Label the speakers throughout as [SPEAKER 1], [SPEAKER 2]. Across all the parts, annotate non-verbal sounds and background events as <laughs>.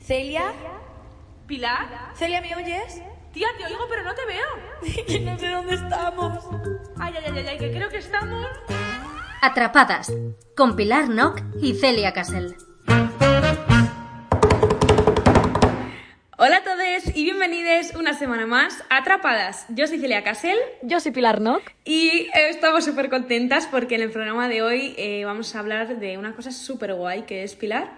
[SPEAKER 1] Celia.
[SPEAKER 2] ¿Pilar?
[SPEAKER 1] Celia, ¿me oyes?
[SPEAKER 2] Tía, te oigo, pero no te veo.
[SPEAKER 1] que no sé dónde estamos.
[SPEAKER 2] Ay, ay, ay, ay, que creo que estamos.
[SPEAKER 3] Atrapadas, con Pilar Nock y Celia Casel.
[SPEAKER 2] Hola a todos y bienvenidos una semana más a Atrapadas. Yo soy Celia Casel
[SPEAKER 4] Yo soy Pilar Nock.
[SPEAKER 2] y eh, estamos súper contentas porque en el programa de hoy eh, vamos a hablar de una cosa súper guay que es Pilar.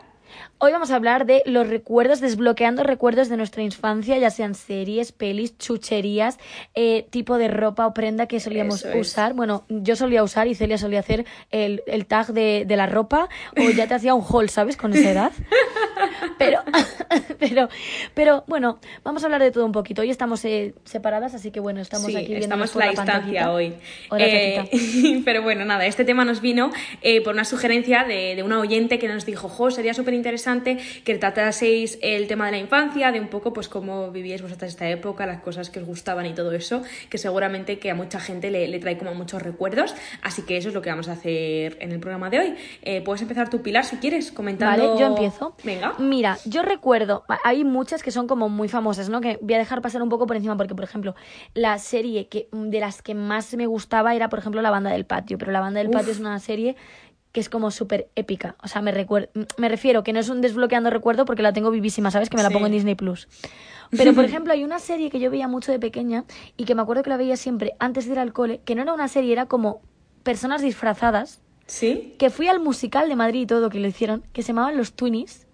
[SPEAKER 4] Hoy vamos a hablar de los recuerdos, desbloqueando recuerdos de nuestra infancia, ya sean series, pelis, chucherías, eh, tipo de ropa o prenda que solíamos
[SPEAKER 2] Eso es.
[SPEAKER 4] usar. Bueno, yo solía usar y Celia solía hacer el, el tag de, de la ropa o ya te hacía un haul, ¿sabes? Con esa
[SPEAKER 2] <laughs>
[SPEAKER 4] edad. Pero, <laughs> pero, pero bueno, vamos a hablar de todo un poquito. Hoy estamos eh, separadas, así que bueno, estamos
[SPEAKER 2] Sí,
[SPEAKER 4] aquí viéndonos
[SPEAKER 2] estamos
[SPEAKER 4] por
[SPEAKER 2] la,
[SPEAKER 4] la
[SPEAKER 2] distancia
[SPEAKER 4] pantallita.
[SPEAKER 2] hoy.
[SPEAKER 4] Hola,
[SPEAKER 2] Eh,
[SPEAKER 4] Tatita.
[SPEAKER 2] <laughs> pero bueno, nada, este tema nos vino eh, por una sugerencia de, de una oyente que nos dijo, jo, sería súper interesante que trataseis el tema de la infancia, de un poco pues cómo vivíais vosotras esta época, las cosas que os gustaban y todo eso, que seguramente que a mucha gente le, le trae como muchos recuerdos, así que eso es lo que vamos a hacer en el programa de hoy. Eh, puedes empezar tu Pilar si quieres, comentando...
[SPEAKER 4] Vale, yo empiezo.
[SPEAKER 2] Venga.
[SPEAKER 4] Mira, yo recuerdo, hay muchas que son como muy famosas, ¿no? Que voy a dejar pasar un poco por encima porque, por ejemplo, la serie que mm, de las que más me gustaba era, por ejemplo, La Banda del Patio, pero La Banda del
[SPEAKER 2] Uf.
[SPEAKER 4] Patio es una serie que es como súper épica. O sea, me, recuer- mm, me refiero que no es un desbloqueando recuerdo porque la tengo vivísima, ¿sabes? Que me la
[SPEAKER 2] Sí.
[SPEAKER 4] pongo en Disney Plus. Pero,
[SPEAKER 2] <laughs>
[SPEAKER 4] por ejemplo, hay una serie que yo veía mucho de pequeña y que me acuerdo que la veía siempre antes de ir al cole, que no era una serie, era como personas disfrazadas,
[SPEAKER 2] ¿Sí?
[SPEAKER 4] que fui al musical de Madrid y todo que lo hicieron, que se llamaban Los Twinnies.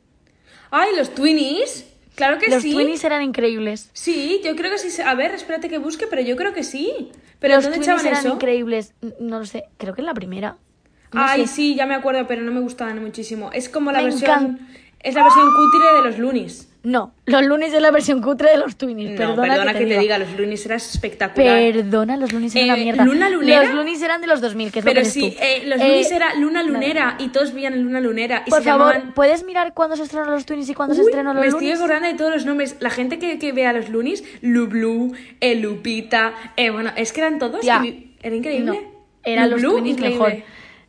[SPEAKER 2] ¡Ay, los Twinnies! Claro que
[SPEAKER 4] Los
[SPEAKER 2] sí.
[SPEAKER 4] Twinnies eran increíbles.
[SPEAKER 2] Sí, yo creo que sí. se- A ver, espérate que busque, pero yo creo que sí. ¿Pero
[SPEAKER 4] los
[SPEAKER 2] dónde
[SPEAKER 4] Twinnies
[SPEAKER 2] echaban
[SPEAKER 4] eran
[SPEAKER 2] eso?
[SPEAKER 4] increíbles. N- No lo sé, creo que en la primera. No
[SPEAKER 2] Ay,
[SPEAKER 4] sé.
[SPEAKER 2] sí, ya me acuerdo, pero no me gustaban muchísimo. Es como la
[SPEAKER 4] Me
[SPEAKER 2] versión.
[SPEAKER 4] encan-
[SPEAKER 2] Es la versión cutre de los Lunis.
[SPEAKER 4] No, los lunes es la versión cutre de los Twinnies.
[SPEAKER 2] No,
[SPEAKER 4] perdona, que te, diga.
[SPEAKER 2] los Lunis era espectacular.
[SPEAKER 4] Perdona, los lunes eran
[SPEAKER 2] Eh,
[SPEAKER 4] una mierda.
[SPEAKER 2] ¿Luna Lunera?
[SPEAKER 4] Los lunes eran de los 2000, que es lo
[SPEAKER 2] pero
[SPEAKER 4] que
[SPEAKER 2] sí,
[SPEAKER 4] dices tú.
[SPEAKER 2] eh, los
[SPEAKER 4] Eh,
[SPEAKER 2] Lunis era Luna
[SPEAKER 4] no.
[SPEAKER 2] Lunera y todos veían en Luna Lunera. Y
[SPEAKER 4] Por
[SPEAKER 2] se
[SPEAKER 4] favor,
[SPEAKER 2] llamaban...
[SPEAKER 4] ¿puedes mirar cuándo se estrenó los Twinnies y cuándo se
[SPEAKER 2] Uy,
[SPEAKER 4] estrenó los
[SPEAKER 2] me
[SPEAKER 4] lunes?
[SPEAKER 2] estoy acordando de todos los nombres. La gente que, que ve a los Lunis, Lublu, eh, Lupita, eh, bueno, es que eran todos.
[SPEAKER 4] Tía,
[SPEAKER 2] y- Era increíble.
[SPEAKER 4] No, eran los
[SPEAKER 2] Lublu,
[SPEAKER 4] Twinnies
[SPEAKER 2] increíble.
[SPEAKER 4] mejor.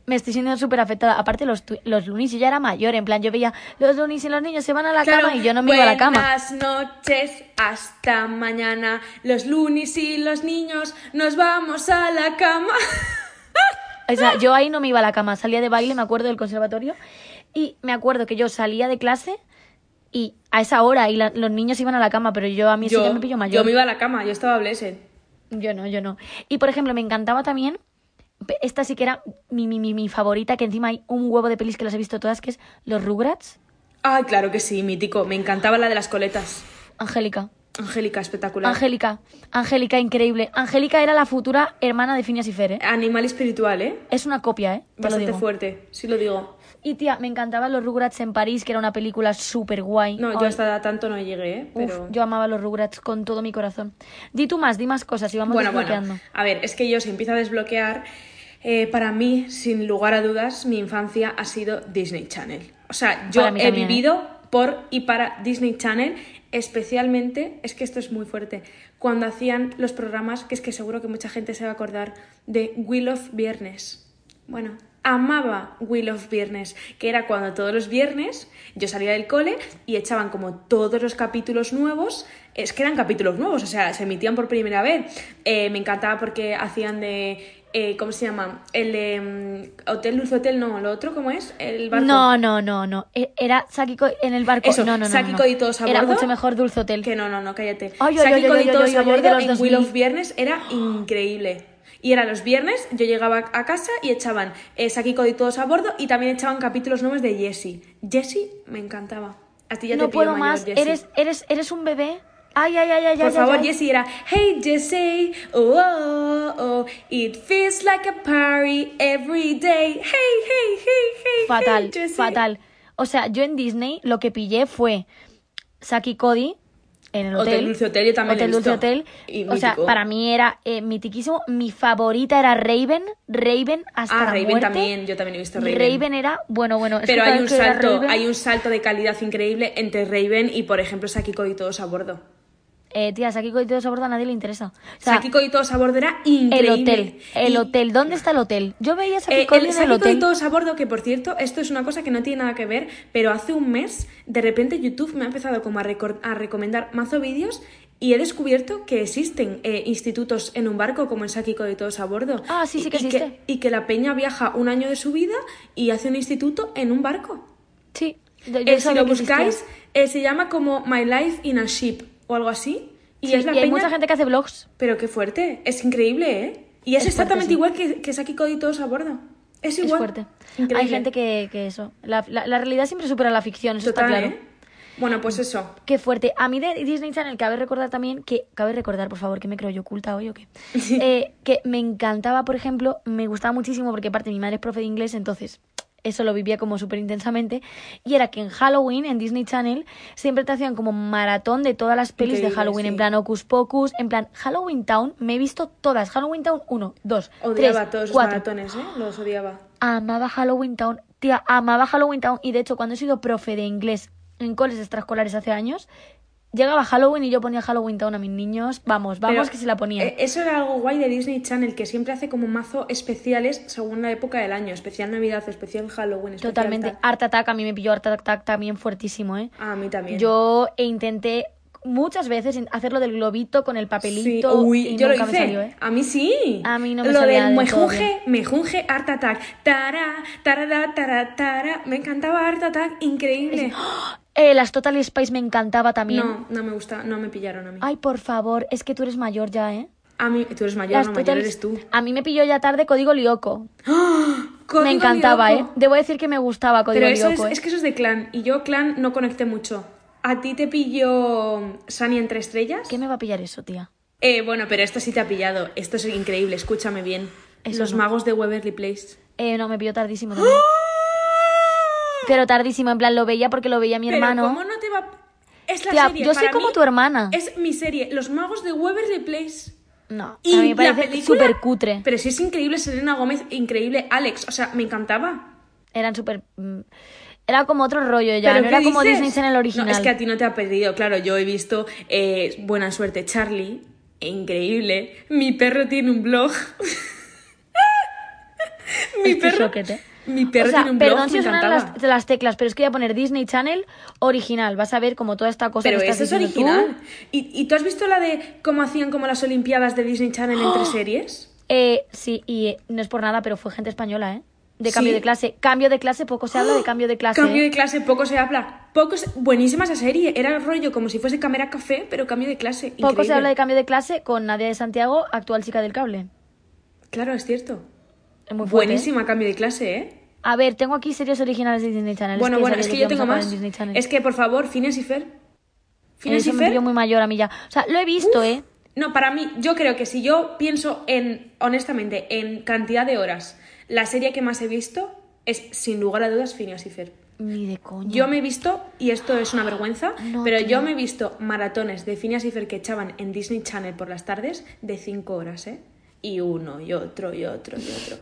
[SPEAKER 4] Me estoy sintiendo súper afectada. Aparte, los, twi- los lunes yo ya era mayor. En plan, yo veía los lunes y los niños se van a la
[SPEAKER 2] Claro,
[SPEAKER 4] cama y yo no me iba a la cama.
[SPEAKER 2] Buenas noches, hasta mañana. Los lunes y los niños nos vamos a la
[SPEAKER 4] <laughs>
[SPEAKER 2] cama.
[SPEAKER 4] O sea, yo ahí no me iba a la cama, salía de baile, me acuerdo del conservatorio, y me acuerdo que yo salía de clase y a esa hora y la- los niños iban a la cama, pero yo a mí sí que me pillo mayor.
[SPEAKER 2] yo me iba a la cama, yo estaba blessed.
[SPEAKER 4] Yo no, yo no. Y por ejemplo, me encantaba también, pe- esta sí que era mi, mi, mi, mi favorita, que encima hay un huevo de pelis que las he visto todas, que es Los Rugrats,
[SPEAKER 2] Ah, claro que sí, mítico. Me encantaba la de las coletas.
[SPEAKER 4] Angélica.
[SPEAKER 2] Angélica, espectacular.
[SPEAKER 4] Angélica, Angélica, increíble. Angélica era la futura hermana de Phineas y Fer, ¿eh?
[SPEAKER 2] Animal espiritual, ¿eh?
[SPEAKER 4] Es una copia, ¿eh? Te lo
[SPEAKER 2] Bastante
[SPEAKER 4] digo.
[SPEAKER 2] fuerte, sí lo digo.
[SPEAKER 4] Y tía, me encantaban Los Rugrats en París, que era una película súper guay.
[SPEAKER 2] No, yo hasta tanto no llegué, ¿eh?
[SPEAKER 4] Uf,
[SPEAKER 2] Pero...
[SPEAKER 4] yo amaba los Rugrats con todo mi corazón. Di tú más, di más cosas y vamos
[SPEAKER 2] Bueno,
[SPEAKER 4] desbloqueando.
[SPEAKER 2] bueno, a ver, es que yo si empiezo a desbloquear, eh, para mí, sin lugar a dudas, mi infancia ha sido Disney Channel. O sea, yo
[SPEAKER 4] Para mí
[SPEAKER 2] he
[SPEAKER 4] también, ¿eh?
[SPEAKER 2] vivido por y para Disney Channel, especialmente, es que esto es muy fuerte, cuando hacían los programas, que es que seguro que mucha gente se va a acordar, de Wheel of Viernes. Bueno, amaba Wheel of Viernes, que era cuando todos los viernes yo salía del cole y echaban como todos los capítulos nuevos. Es que eran capítulos nuevos, o sea, se emitían por primera vez. Eh, me encantaba porque hacían de. eh, ¿Cómo se llama? El de. mm, Hotel Dulce Hotel, no, lo otro, ¿cómo es? El barco.
[SPEAKER 4] No, no, no, no. E- Era Sáquico en el barco.
[SPEAKER 2] Eso,
[SPEAKER 4] no, no, no,
[SPEAKER 2] Saki
[SPEAKER 4] no.
[SPEAKER 2] Cody y todos a
[SPEAKER 4] Era
[SPEAKER 2] bordo.
[SPEAKER 4] mucho mejor Dulce Hotel.
[SPEAKER 2] Que no, no, no, cállate.
[SPEAKER 4] Ay, ay,
[SPEAKER 2] Saki
[SPEAKER 4] ay,
[SPEAKER 2] Cody
[SPEAKER 4] ay,
[SPEAKER 2] todos
[SPEAKER 4] ay,
[SPEAKER 2] a
[SPEAKER 4] ay, ay,
[SPEAKER 2] bordo
[SPEAKER 4] de los
[SPEAKER 2] en
[SPEAKER 4] 2000.
[SPEAKER 2] Wheel of Viernes era increíble. Y era los viernes, yo llegaba a casa y echaban eh, Saki Cody todos a bordo y también echaban capítulos nuevos de Jessie. Jessie me encantaba. A ti ya
[SPEAKER 4] no
[SPEAKER 2] te pillo
[SPEAKER 4] puedo
[SPEAKER 2] mayor,
[SPEAKER 4] más.
[SPEAKER 2] Jessie.
[SPEAKER 4] Eres, eres, eres un bebé. Ay, ay, ay, ay,
[SPEAKER 2] Por
[SPEAKER 4] ay,
[SPEAKER 2] favor,
[SPEAKER 4] ay, ay.
[SPEAKER 2] Jessie era Hey Jessie, oh, oh, oh, it feels like a party every day. Hey, hey, hey, hey, hey,
[SPEAKER 4] <laughs> Fatal,
[SPEAKER 2] Jessie.
[SPEAKER 4] fatal. O sea, yo en Disney lo que pillé fue Saki Cody en el
[SPEAKER 2] Hotel
[SPEAKER 4] hotel.
[SPEAKER 2] Dulce Hotel, yo también lo he
[SPEAKER 4] Hotel Dulce
[SPEAKER 2] visto.
[SPEAKER 4] Hotel.
[SPEAKER 2] Y
[SPEAKER 4] o sea,
[SPEAKER 2] mítico.
[SPEAKER 4] para mí era eh, mitiquísimo. Mi favorita era Raven. Raven hasta
[SPEAKER 2] Ah,
[SPEAKER 4] la
[SPEAKER 2] Raven
[SPEAKER 4] muerte.
[SPEAKER 2] también, yo también he visto
[SPEAKER 4] Raven.
[SPEAKER 2] Raven.
[SPEAKER 4] era, bueno, bueno. es
[SPEAKER 2] Pero
[SPEAKER 4] que cada
[SPEAKER 2] hay un
[SPEAKER 4] vez que veo a
[SPEAKER 2] salto,
[SPEAKER 4] Raven-
[SPEAKER 2] hay un salto de calidad increíble entre Raven y, por ejemplo, Sakiko y todos a bordo.
[SPEAKER 4] eh, tía, Sakiko y todo sabor a nadie le interesa. O sea,
[SPEAKER 2] Sakiko y todos a bordo era increíble.
[SPEAKER 4] el hotel, el
[SPEAKER 2] Y-
[SPEAKER 4] hotel, ¿dónde está el hotel? Yo veía a
[SPEAKER 2] Eh,
[SPEAKER 4] Sakiko
[SPEAKER 2] el
[SPEAKER 4] en el
[SPEAKER 2] Sakiko y
[SPEAKER 4] hotel.
[SPEAKER 2] todos a bordo, que por cierto, esto es una cosa que no tiene nada que ver, pero hace un mes, de repente YouTube me ha empezado como a, recor- a recomendar mazo vídeos y he descubierto que existen eh, institutos en un barco como el Sakiko y todos a bordo.
[SPEAKER 4] Ah, sí, sí
[SPEAKER 2] Y-
[SPEAKER 4] que
[SPEAKER 2] y
[SPEAKER 4] existe.
[SPEAKER 2] y que la peña viaja un año de su vida y hace un instituto en un barco.
[SPEAKER 4] Sí, yo- yo
[SPEAKER 2] Eh, si
[SPEAKER 4] sabía
[SPEAKER 2] lo
[SPEAKER 4] que existía.
[SPEAKER 2] buscáis, eh, se llama como My Life in a Ship o algo así. Y
[SPEAKER 4] Sí,
[SPEAKER 2] es la
[SPEAKER 4] y hay
[SPEAKER 2] peña-
[SPEAKER 4] mucha gente que hace vlogs.
[SPEAKER 2] Pero qué fuerte, es increíble, ¿eh? Y
[SPEAKER 4] Es
[SPEAKER 2] es,
[SPEAKER 4] fuerte,
[SPEAKER 2] exactamente
[SPEAKER 4] sí.
[SPEAKER 2] igual que, que Saki Cody y todos a bordo. Es
[SPEAKER 4] Es
[SPEAKER 2] igual.
[SPEAKER 4] fuerte.
[SPEAKER 2] Increíble.
[SPEAKER 4] Hay gente que, que eso. La, la- la realidad siempre supera la ficción, eso
[SPEAKER 2] Total,
[SPEAKER 4] está claro.
[SPEAKER 2] ¿eh? Bueno, pues eso.
[SPEAKER 4] Qué fuerte. A mí de Disney Channel cabe recordar también que... Cabe recordar, por favor, que me creo yo oculta hoy o qué. Eh, que me encantaba, por ejemplo, me gustaba muchísimo porque aparte mi madre es profe de inglés, entonces eso lo vivía como súper intensamente. Y era que en Halloween, en Disney Channel, siempre te hacían como maratón de todas las pelis de
[SPEAKER 2] Increíble,
[SPEAKER 4] Halloween. En
[SPEAKER 2] sí.
[SPEAKER 4] plan Hocus Pocus, en plan Halloween Town. Me he visto todas. Halloween Town 1, 2, 3,
[SPEAKER 2] Odiaba todos los
[SPEAKER 4] 4,
[SPEAKER 2] maratones, ¿eh? Los odiaba.
[SPEAKER 4] amaba Halloween Town. Tía, amaba Halloween Town. Y de hecho, cuando he sido profe de inglés en coles extraescolares hace años, llegaba Halloween y yo ponía Halloween Town a mis niños. Vamos, vamos,
[SPEAKER 2] Pero,
[SPEAKER 4] que se la ponía.
[SPEAKER 2] eh, Eso era algo guay de Disney Channel, que siempre hace como mazo especiales según la época del año. Especial Navidad, especial Halloween, especial
[SPEAKER 4] Totalmente.
[SPEAKER 2] tal.
[SPEAKER 4] Art Attack, a mí me pilló Art Attack también fuertísimo, ¿eh?
[SPEAKER 2] A mí también.
[SPEAKER 4] Yo e intenté muchas veces in- hacerlo del globito con el papelito.
[SPEAKER 2] Sí, uy,
[SPEAKER 4] y
[SPEAKER 2] yo
[SPEAKER 4] nunca
[SPEAKER 2] lo hice.
[SPEAKER 4] me salió, ¿eh? <gasps>
[SPEAKER 2] A mí sí.
[SPEAKER 4] A mí no me
[SPEAKER 2] Lo
[SPEAKER 4] salía
[SPEAKER 2] del
[SPEAKER 4] del todo
[SPEAKER 2] mejunje, mejunje, Art Attack. Tara, tarara, tara, tara. Me encantaba Art Attack, increíble.
[SPEAKER 4] Eh, las Total Spice me encantaba también.
[SPEAKER 2] No, no me gusta, no me pillaron a mí.
[SPEAKER 4] Ay, por favor, es que tú eres mayor ya, ¿eh?
[SPEAKER 2] A mí, tú eres mayor,
[SPEAKER 4] Las
[SPEAKER 2] no,
[SPEAKER 4] Total-
[SPEAKER 2] mayor eres tú.
[SPEAKER 4] A mí me pilló ya tarde Código Lyoko.
[SPEAKER 2] Código
[SPEAKER 4] me encantaba,
[SPEAKER 2] Lyoko.
[SPEAKER 4] ¿eh? Debo decir que me gustaba Código
[SPEAKER 2] Pero eso es,
[SPEAKER 4] Lyoko, ¿eh?
[SPEAKER 2] es que eso es de clan. Y yo clan no conecté mucho. ¿A ti te pilló Sani entre estrellas?
[SPEAKER 4] ¿Qué me va a pillar eso, tía?
[SPEAKER 2] Eh, bueno, pero esto sí te ha pillado. Esto es increíble, escúchame bien.
[SPEAKER 4] Eso
[SPEAKER 2] Los
[SPEAKER 4] no.
[SPEAKER 2] magos de Waverly Place.
[SPEAKER 4] Eh, no, me pilló tardísimo también. Pero tardísimo, en plan, lo veía porque lo veía mi
[SPEAKER 2] ¡Ah! Pero
[SPEAKER 4] hermano.
[SPEAKER 2] ¿cómo no te va...? Es la
[SPEAKER 4] Tía,
[SPEAKER 2] serie.
[SPEAKER 4] yo soy
[SPEAKER 2] para
[SPEAKER 4] como
[SPEAKER 2] mí
[SPEAKER 4] tu hermana.
[SPEAKER 2] Es mi serie. Los magos de Waverly Place.
[SPEAKER 4] No,
[SPEAKER 2] Y
[SPEAKER 4] a mí me
[SPEAKER 2] la
[SPEAKER 4] parece
[SPEAKER 2] película-
[SPEAKER 4] súper cutre.
[SPEAKER 2] Pero sí es increíble Selena Gómez, increíble Alex. O sea, me encantaba.
[SPEAKER 4] Eran súper... mm, Era como otro rollo ya,
[SPEAKER 2] ¿Pero
[SPEAKER 4] no
[SPEAKER 2] qué
[SPEAKER 4] era como
[SPEAKER 2] dices?
[SPEAKER 4] Disney Channel original.
[SPEAKER 2] No, es que a ti no te ha perdido. Claro, yo he visto eh, Buena Suerte Charlie. e Increíble. Mi perro tiene un blog. <laughs> mi
[SPEAKER 4] Estoy
[SPEAKER 2] perro...
[SPEAKER 4] shocked, ¿eh?
[SPEAKER 2] Mi perro
[SPEAKER 4] o sea,
[SPEAKER 2] tiene un blog,
[SPEAKER 4] perdón si
[SPEAKER 2] me
[SPEAKER 4] os suenan
[SPEAKER 2] encantaba.
[SPEAKER 4] las, las teclas, pero es que voy a poner Disney Channel original. Vas a ver como toda esta cosa
[SPEAKER 2] Pero
[SPEAKER 4] que
[SPEAKER 2] eso
[SPEAKER 4] estás
[SPEAKER 2] es
[SPEAKER 4] diciendo tú.
[SPEAKER 2] original. ¿Y, ¿Y tú has visto la de cómo hacían como las Olimpiadas de Disney Channel
[SPEAKER 4] ¡Ah!
[SPEAKER 2] entre series?
[SPEAKER 4] Eh, sí, y eh, no es por nada, pero fue gente española, ¿eh? De
[SPEAKER 2] Sí.
[SPEAKER 4] cambio de clase. Cambio de clase, poco se habla de cambio de clase.
[SPEAKER 2] Cambio
[SPEAKER 4] ¿eh?
[SPEAKER 2] de clase, poco se habla. Pocos, buenísima esa serie. Era rollo como si fuese cámara café, pero cambio de clase.
[SPEAKER 4] Poco se
[SPEAKER 2] Increíble.
[SPEAKER 4] habla de cambio de clase con Nadia de Santiago, actual chica del cable.
[SPEAKER 2] Claro, es cierto.
[SPEAKER 4] Es muy fuerte, ¿eh?
[SPEAKER 2] Buenísima cambio de clase, ¿eh?
[SPEAKER 4] A ver, tengo aquí series originales de Disney Channel.
[SPEAKER 2] bueno, bueno,
[SPEAKER 4] sabía
[SPEAKER 2] es que
[SPEAKER 4] yo
[SPEAKER 2] yo
[SPEAKER 4] que
[SPEAKER 2] tengo
[SPEAKER 4] íbamos a parar
[SPEAKER 2] más.
[SPEAKER 4] en Disney Channel. Eh,
[SPEAKER 2] Es que, por favor, Phineas y Fer. Phineas
[SPEAKER 4] Eso
[SPEAKER 2] y
[SPEAKER 4] me
[SPEAKER 2] Fer.
[SPEAKER 4] pilló muy mayor a mí ya. O sea, lo he visto, ¿eh?
[SPEAKER 2] No, para mí, yo creo que si yo pienso en, honestamente, en cantidad de horas, la serie que más he visto es, sin lugar a dudas, Phineas y Fer.
[SPEAKER 4] Ni de coña.
[SPEAKER 2] Yo me he visto, y esto es una vergüenza,
[SPEAKER 4] Mm. No,
[SPEAKER 2] pero
[SPEAKER 4] tía.
[SPEAKER 2] yo me he visto maratones de Phineas y Fer que echaban en Disney Channel por las tardes de 5 horas, ¿eh? Y uno, y otro, y otro, y otro.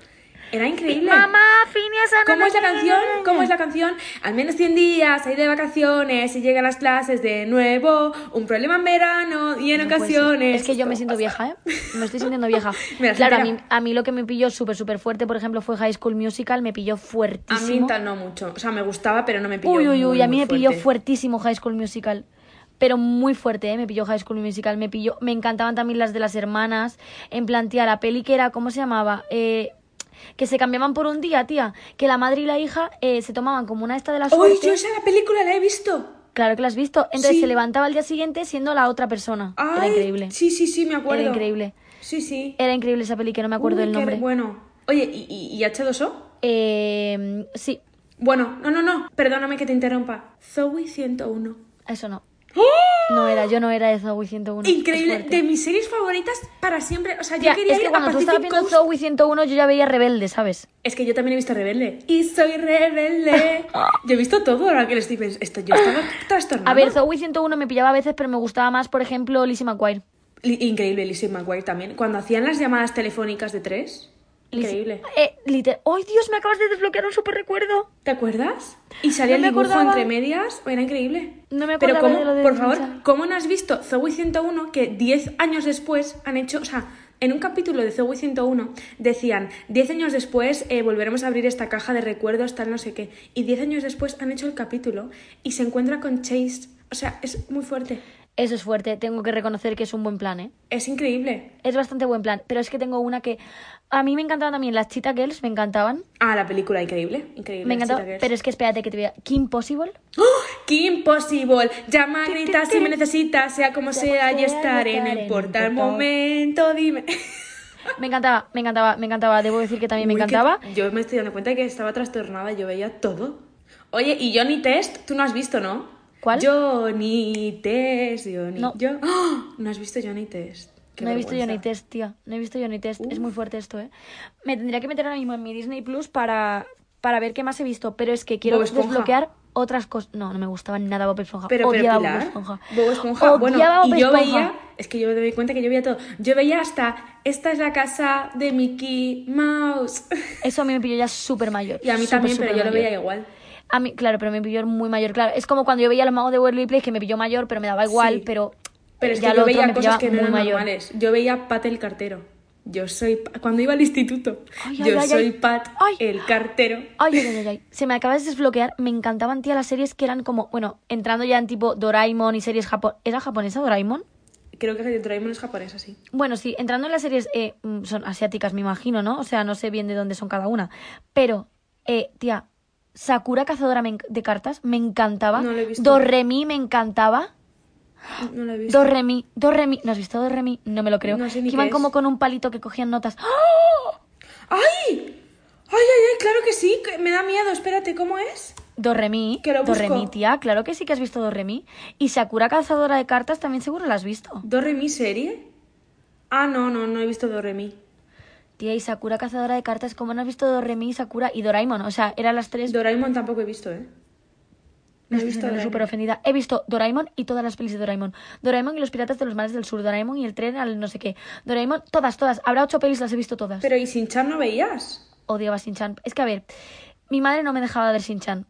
[SPEAKER 2] Era increíble.
[SPEAKER 4] Mamá, Phineas, Ana,
[SPEAKER 2] ¿Cómo es la
[SPEAKER 4] na, na,
[SPEAKER 2] canción?
[SPEAKER 4] na, na, na.
[SPEAKER 2] ¿Cómo es la canción? Al menos 100 días hay de vacaciones y llegan las clases de nuevo. Un problema en verano y en
[SPEAKER 4] No puede ser.
[SPEAKER 2] ocasiones.
[SPEAKER 4] Pues Es que yo me siento vieja, ¿eh? Me estoy sintiendo
[SPEAKER 2] <laughs>
[SPEAKER 4] vieja.
[SPEAKER 2] Mira,
[SPEAKER 4] claro, a mí,
[SPEAKER 2] Santera.
[SPEAKER 4] a mí lo que me pilló súper, súper fuerte, por ejemplo, fue High School Musical, me pilló
[SPEAKER 2] A
[SPEAKER 4] fuertísimo.
[SPEAKER 2] mí tal no mucho. O sea, me gustaba, pero no me pilló.
[SPEAKER 4] Uy, uy, uy,
[SPEAKER 2] muy,
[SPEAKER 4] a mí
[SPEAKER 2] muy
[SPEAKER 4] me pilló fuertísimo High School Musical. Pero muy fuerte, ¿eh? Me pilló High School Musical. Me pilló. Me encantaban también las de las hermanas. En plan, tía, la peli que era, ¿cómo se llamaba? Eh, que se cambiaban por un día, tía. Que la madre y la hija eh, se tomaban como una esta de las
[SPEAKER 2] Uy, yo esa la película la he visto.
[SPEAKER 4] Claro que la has visto. Entonces
[SPEAKER 2] Sí.
[SPEAKER 4] se levantaba al día siguiente siendo la otra persona.
[SPEAKER 2] Ay,
[SPEAKER 4] era increíble.
[SPEAKER 2] Sí, sí, sí, me acuerdo.
[SPEAKER 4] Era increíble.
[SPEAKER 2] Sí, sí.
[SPEAKER 4] Era increíble esa peli que no me acuerdo
[SPEAKER 2] Uy,
[SPEAKER 4] el
[SPEAKER 2] qué
[SPEAKER 4] nombre.
[SPEAKER 2] Bueno. Oye, ¿y, y, y H2O?
[SPEAKER 4] Eh, sí,
[SPEAKER 2] Bueno, no, no, no. Perdóname que te interrumpa. Zoe 101.
[SPEAKER 4] eso no. No era, yo no era de Zoe 101. es
[SPEAKER 2] Increíble,
[SPEAKER 4] fuerte.
[SPEAKER 2] de mis series favoritas para siempre. O sea, yo
[SPEAKER 4] Tía,
[SPEAKER 2] quería
[SPEAKER 4] es que
[SPEAKER 2] ir
[SPEAKER 4] cuando
[SPEAKER 2] a
[SPEAKER 4] tú estabas
[SPEAKER 2] Pacific
[SPEAKER 4] viendo
[SPEAKER 2] Coast.
[SPEAKER 4] Zoe 101 yo ya veía Rebelde, ¿sabes?
[SPEAKER 2] Es que yo también he visto Rebelde. Y soy
[SPEAKER 4] <laughs>
[SPEAKER 2] rebelde. Yo he visto todo ahora que les estoy pensando. Esto, yo estaba trastornada.
[SPEAKER 4] A ver, Zoe 101 me pillaba a veces, pero me gustaba más, por ejemplo, Lizzie McGuire.
[SPEAKER 2] Li- Increíble, Lizzie McGuire también. Cuando hacían las llamadas telefónicas de tres.
[SPEAKER 4] Liz-
[SPEAKER 2] Increíble.
[SPEAKER 4] Eh, liter- ¡Ay, Dios! Me acabas de desbloquear un súper recuerdo.
[SPEAKER 2] ¿Te acuerdas? Y salía
[SPEAKER 4] No
[SPEAKER 2] el
[SPEAKER 4] me
[SPEAKER 2] dibujo
[SPEAKER 4] acordaba.
[SPEAKER 2] entre medias. Era increíble.
[SPEAKER 4] No me
[SPEAKER 2] Pero
[SPEAKER 4] acordaba
[SPEAKER 2] ¿cómo,
[SPEAKER 4] de lo de
[SPEAKER 2] por favor,
[SPEAKER 4] Disney Channel.
[SPEAKER 2] ¿cómo no has visto Zoey 101 que 10 años después han hecho, o sea, en un capítulo de Zoey 101 decían, 10 años después eh, volveremos a abrir esta caja de recuerdos, tal no sé qué, y 10 años después han hecho el capítulo y se encuentra con Chase, o sea, es muy fuerte,
[SPEAKER 4] Eso es fuerte. Tengo que reconocer que es un buen plan, ¿eh?
[SPEAKER 2] es increíble.
[SPEAKER 4] Es bastante buen plan. Pero es que tengo una que... A mí me encantaban también las Cheetah Girls. Me encantaban.
[SPEAKER 2] Ah, la película, increíble, increíble.
[SPEAKER 4] Me
[SPEAKER 2] las
[SPEAKER 4] encantaba.
[SPEAKER 2] Cheetah Girls.
[SPEAKER 4] Pero es que espérate que te vea. Kim Possible.
[SPEAKER 2] ¡Oh! ¡Qué imposible! Llama,
[SPEAKER 4] Ti, ti,
[SPEAKER 2] grita si
[SPEAKER 4] ti.
[SPEAKER 2] me necesitas, sea como
[SPEAKER 4] Sea
[SPEAKER 2] sea,
[SPEAKER 4] como
[SPEAKER 2] y
[SPEAKER 4] sea,
[SPEAKER 2] estar en el portal momento, dime.
[SPEAKER 4] Me encantaba, me encantaba, me encantaba. Debo decir que también me
[SPEAKER 2] Uy, que
[SPEAKER 4] encantaba.
[SPEAKER 2] yo me estoy dando cuenta que estaba trastornada, yo veía todo. Oye, y Johnny Test, tú no has visto, ¿no?
[SPEAKER 4] ¿Cuál?
[SPEAKER 2] Johnny Test, Johnny.
[SPEAKER 4] No.
[SPEAKER 2] Yo... ¡Ah! No has visto Johnny Test. Qué
[SPEAKER 4] no he visto
[SPEAKER 2] vergüenza.
[SPEAKER 4] Johnny Test, tía. No he visto Johnny Test. Es muy fuerte esto, ¿eh? Me tendría que meter ahora mismo en mi Disney Plus para, para ver qué más he visto. Pero es que quiero
[SPEAKER 2] Bob Esponja.
[SPEAKER 4] desbloquear otras cosas. No, no me gustaba nada Bob Esponja.
[SPEAKER 2] Pero, pero
[SPEAKER 4] Odiaba
[SPEAKER 2] Pilar,
[SPEAKER 4] Bob Esponja.
[SPEAKER 2] Bob Esponja, bueno,
[SPEAKER 4] Odiaba Bob
[SPEAKER 2] y yo
[SPEAKER 4] Esponja.
[SPEAKER 2] veía, es que yo me doy cuenta que yo veía todo. Yo veía hasta, esta es la casa de Mickey Mouse. <laughs>
[SPEAKER 4] Eso a mí me pilló ya súper mayor.
[SPEAKER 2] Y a mí
[SPEAKER 4] súper,
[SPEAKER 2] también, pero
[SPEAKER 4] súper
[SPEAKER 2] yo lo
[SPEAKER 4] mayor.
[SPEAKER 2] veía igual.
[SPEAKER 4] A mí, claro, pero me pilló muy mayor, claro. Es como cuando yo veía a los magos de Waverly Place, que me pilló mayor, pero me daba igual,
[SPEAKER 2] Sí.
[SPEAKER 4] pero...
[SPEAKER 2] Pero es que
[SPEAKER 4] ya
[SPEAKER 2] yo
[SPEAKER 4] lo otro
[SPEAKER 2] veía
[SPEAKER 4] me
[SPEAKER 2] cosas
[SPEAKER 4] pillaba
[SPEAKER 2] que no
[SPEAKER 4] muy
[SPEAKER 2] eran
[SPEAKER 4] mayor.
[SPEAKER 2] normales. Yo veía Pat el cartero. Yo soy... Pa- Cuando iba al instituto,
[SPEAKER 4] Ay, ay,
[SPEAKER 2] yo
[SPEAKER 4] ay,
[SPEAKER 2] soy
[SPEAKER 4] ay.
[SPEAKER 2] Pat
[SPEAKER 4] Ay.
[SPEAKER 2] el cartero.
[SPEAKER 4] Ay, ay, ay, ay. Se me acaba de desbloquear. Me encantaban, tía, las series que eran como, bueno, entrando ya en tipo Doraemon y series japo- ¿Era japonesa Doraemon?
[SPEAKER 2] Creo que Doraemon es japonés,
[SPEAKER 4] <gasps>
[SPEAKER 2] así.
[SPEAKER 4] Bueno, sí, entrando en las series, eh, mm, son asiáticas, me imagino, ¿no? O sea, no sé bien de dónde son cada una. Pero, eh, tía, Sakura Cazadora me enc- de Cartas me encantaba.
[SPEAKER 2] No la he visto.
[SPEAKER 4] Doremi me encantaba.
[SPEAKER 2] No lo he visto.
[SPEAKER 4] Doremi, Doremi. ¿No has visto Doremi? No me lo creo.
[SPEAKER 2] No sé ni
[SPEAKER 4] que iban
[SPEAKER 2] qué es.
[SPEAKER 4] como con un palito que cogían notas. ¡Ah!
[SPEAKER 2] ¡Ay! ¡Ay, ay, ay! Claro que sí. que Me da miedo. Espérate, ¿cómo es?
[SPEAKER 4] Doremi,
[SPEAKER 2] Que lo busco.
[SPEAKER 4] Doremi, tía, claro que sí que has visto Doremi. Y Sakura Cazadora de Cartas también seguro la has visto.
[SPEAKER 2] ¿Doremi serie? Ah, no, no, no he visto Doremi.
[SPEAKER 4] Tía, y Sakura Cazadora de Cartas, ¿cómo no has visto Doremi, Sakura y Doraemon? O sea, eran las tres.
[SPEAKER 2] Doraemon tampoco he visto, ¿eh?
[SPEAKER 4] Me estoy
[SPEAKER 2] No he visto
[SPEAKER 4] sintiendo
[SPEAKER 2] Doraemon.
[SPEAKER 4] súper ofendida. He visto Doraemon y todas las pelis de Doraemon. Doraemon y los piratas de los mares del sur. Doraemon y el tren al no sé qué. Doraemon, todas, todas. Habrá ocho pelis, las he visto todas.
[SPEAKER 2] Pero ¿y sin Chan no veías?
[SPEAKER 4] Odiaba Shin-Chan. Es que, a ver, mi madre no me dejaba ver Shin-Chan.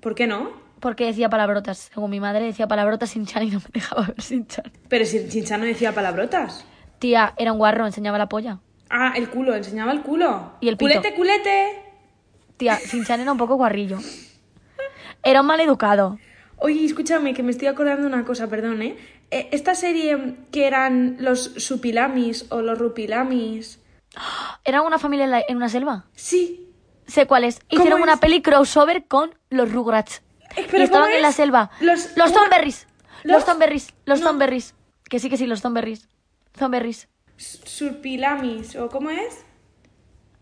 [SPEAKER 2] ¿Por qué no?
[SPEAKER 4] Porque decía palabrotas. Según mi madre decía palabrotas Shin-Chan y no me dejaba ver Shin-Chan.
[SPEAKER 2] Pero si Chan no decía palabrotas.
[SPEAKER 4] Tía, era un guarro, enseñaba la polla.
[SPEAKER 2] Ah, el culo, enseñaba el culo.
[SPEAKER 4] Y el pito.
[SPEAKER 2] culete, culete.
[SPEAKER 4] Tía, Shin-Chan era un poco guarrillo. Era un mal educado.
[SPEAKER 2] Oye, escúchame, que me estoy acordando una cosa, perdón, ¿eh? Eh, Esta serie mm, que eran los supilamis o los rupilamis.
[SPEAKER 4] Era una familia en, la- en una selva.
[SPEAKER 2] Sí.
[SPEAKER 4] Sé cuál es.
[SPEAKER 2] ¿Cómo
[SPEAKER 4] Hicieron
[SPEAKER 2] es?
[SPEAKER 4] una peli crossover con los Rugrats.
[SPEAKER 2] Eh,
[SPEAKER 4] y
[SPEAKER 2] pero
[SPEAKER 4] estaban
[SPEAKER 2] ¿cómo
[SPEAKER 4] en la
[SPEAKER 2] es?
[SPEAKER 4] selva.
[SPEAKER 2] Los-
[SPEAKER 4] los
[SPEAKER 2] una-
[SPEAKER 4] Thornberries. Los,
[SPEAKER 2] los-
[SPEAKER 4] Thornberries. Los
[SPEAKER 2] no.
[SPEAKER 4] Thornberries. Que sí, que sí, los Thornberries. Thornberries.
[SPEAKER 2] Supilamis, ¿o cómo es?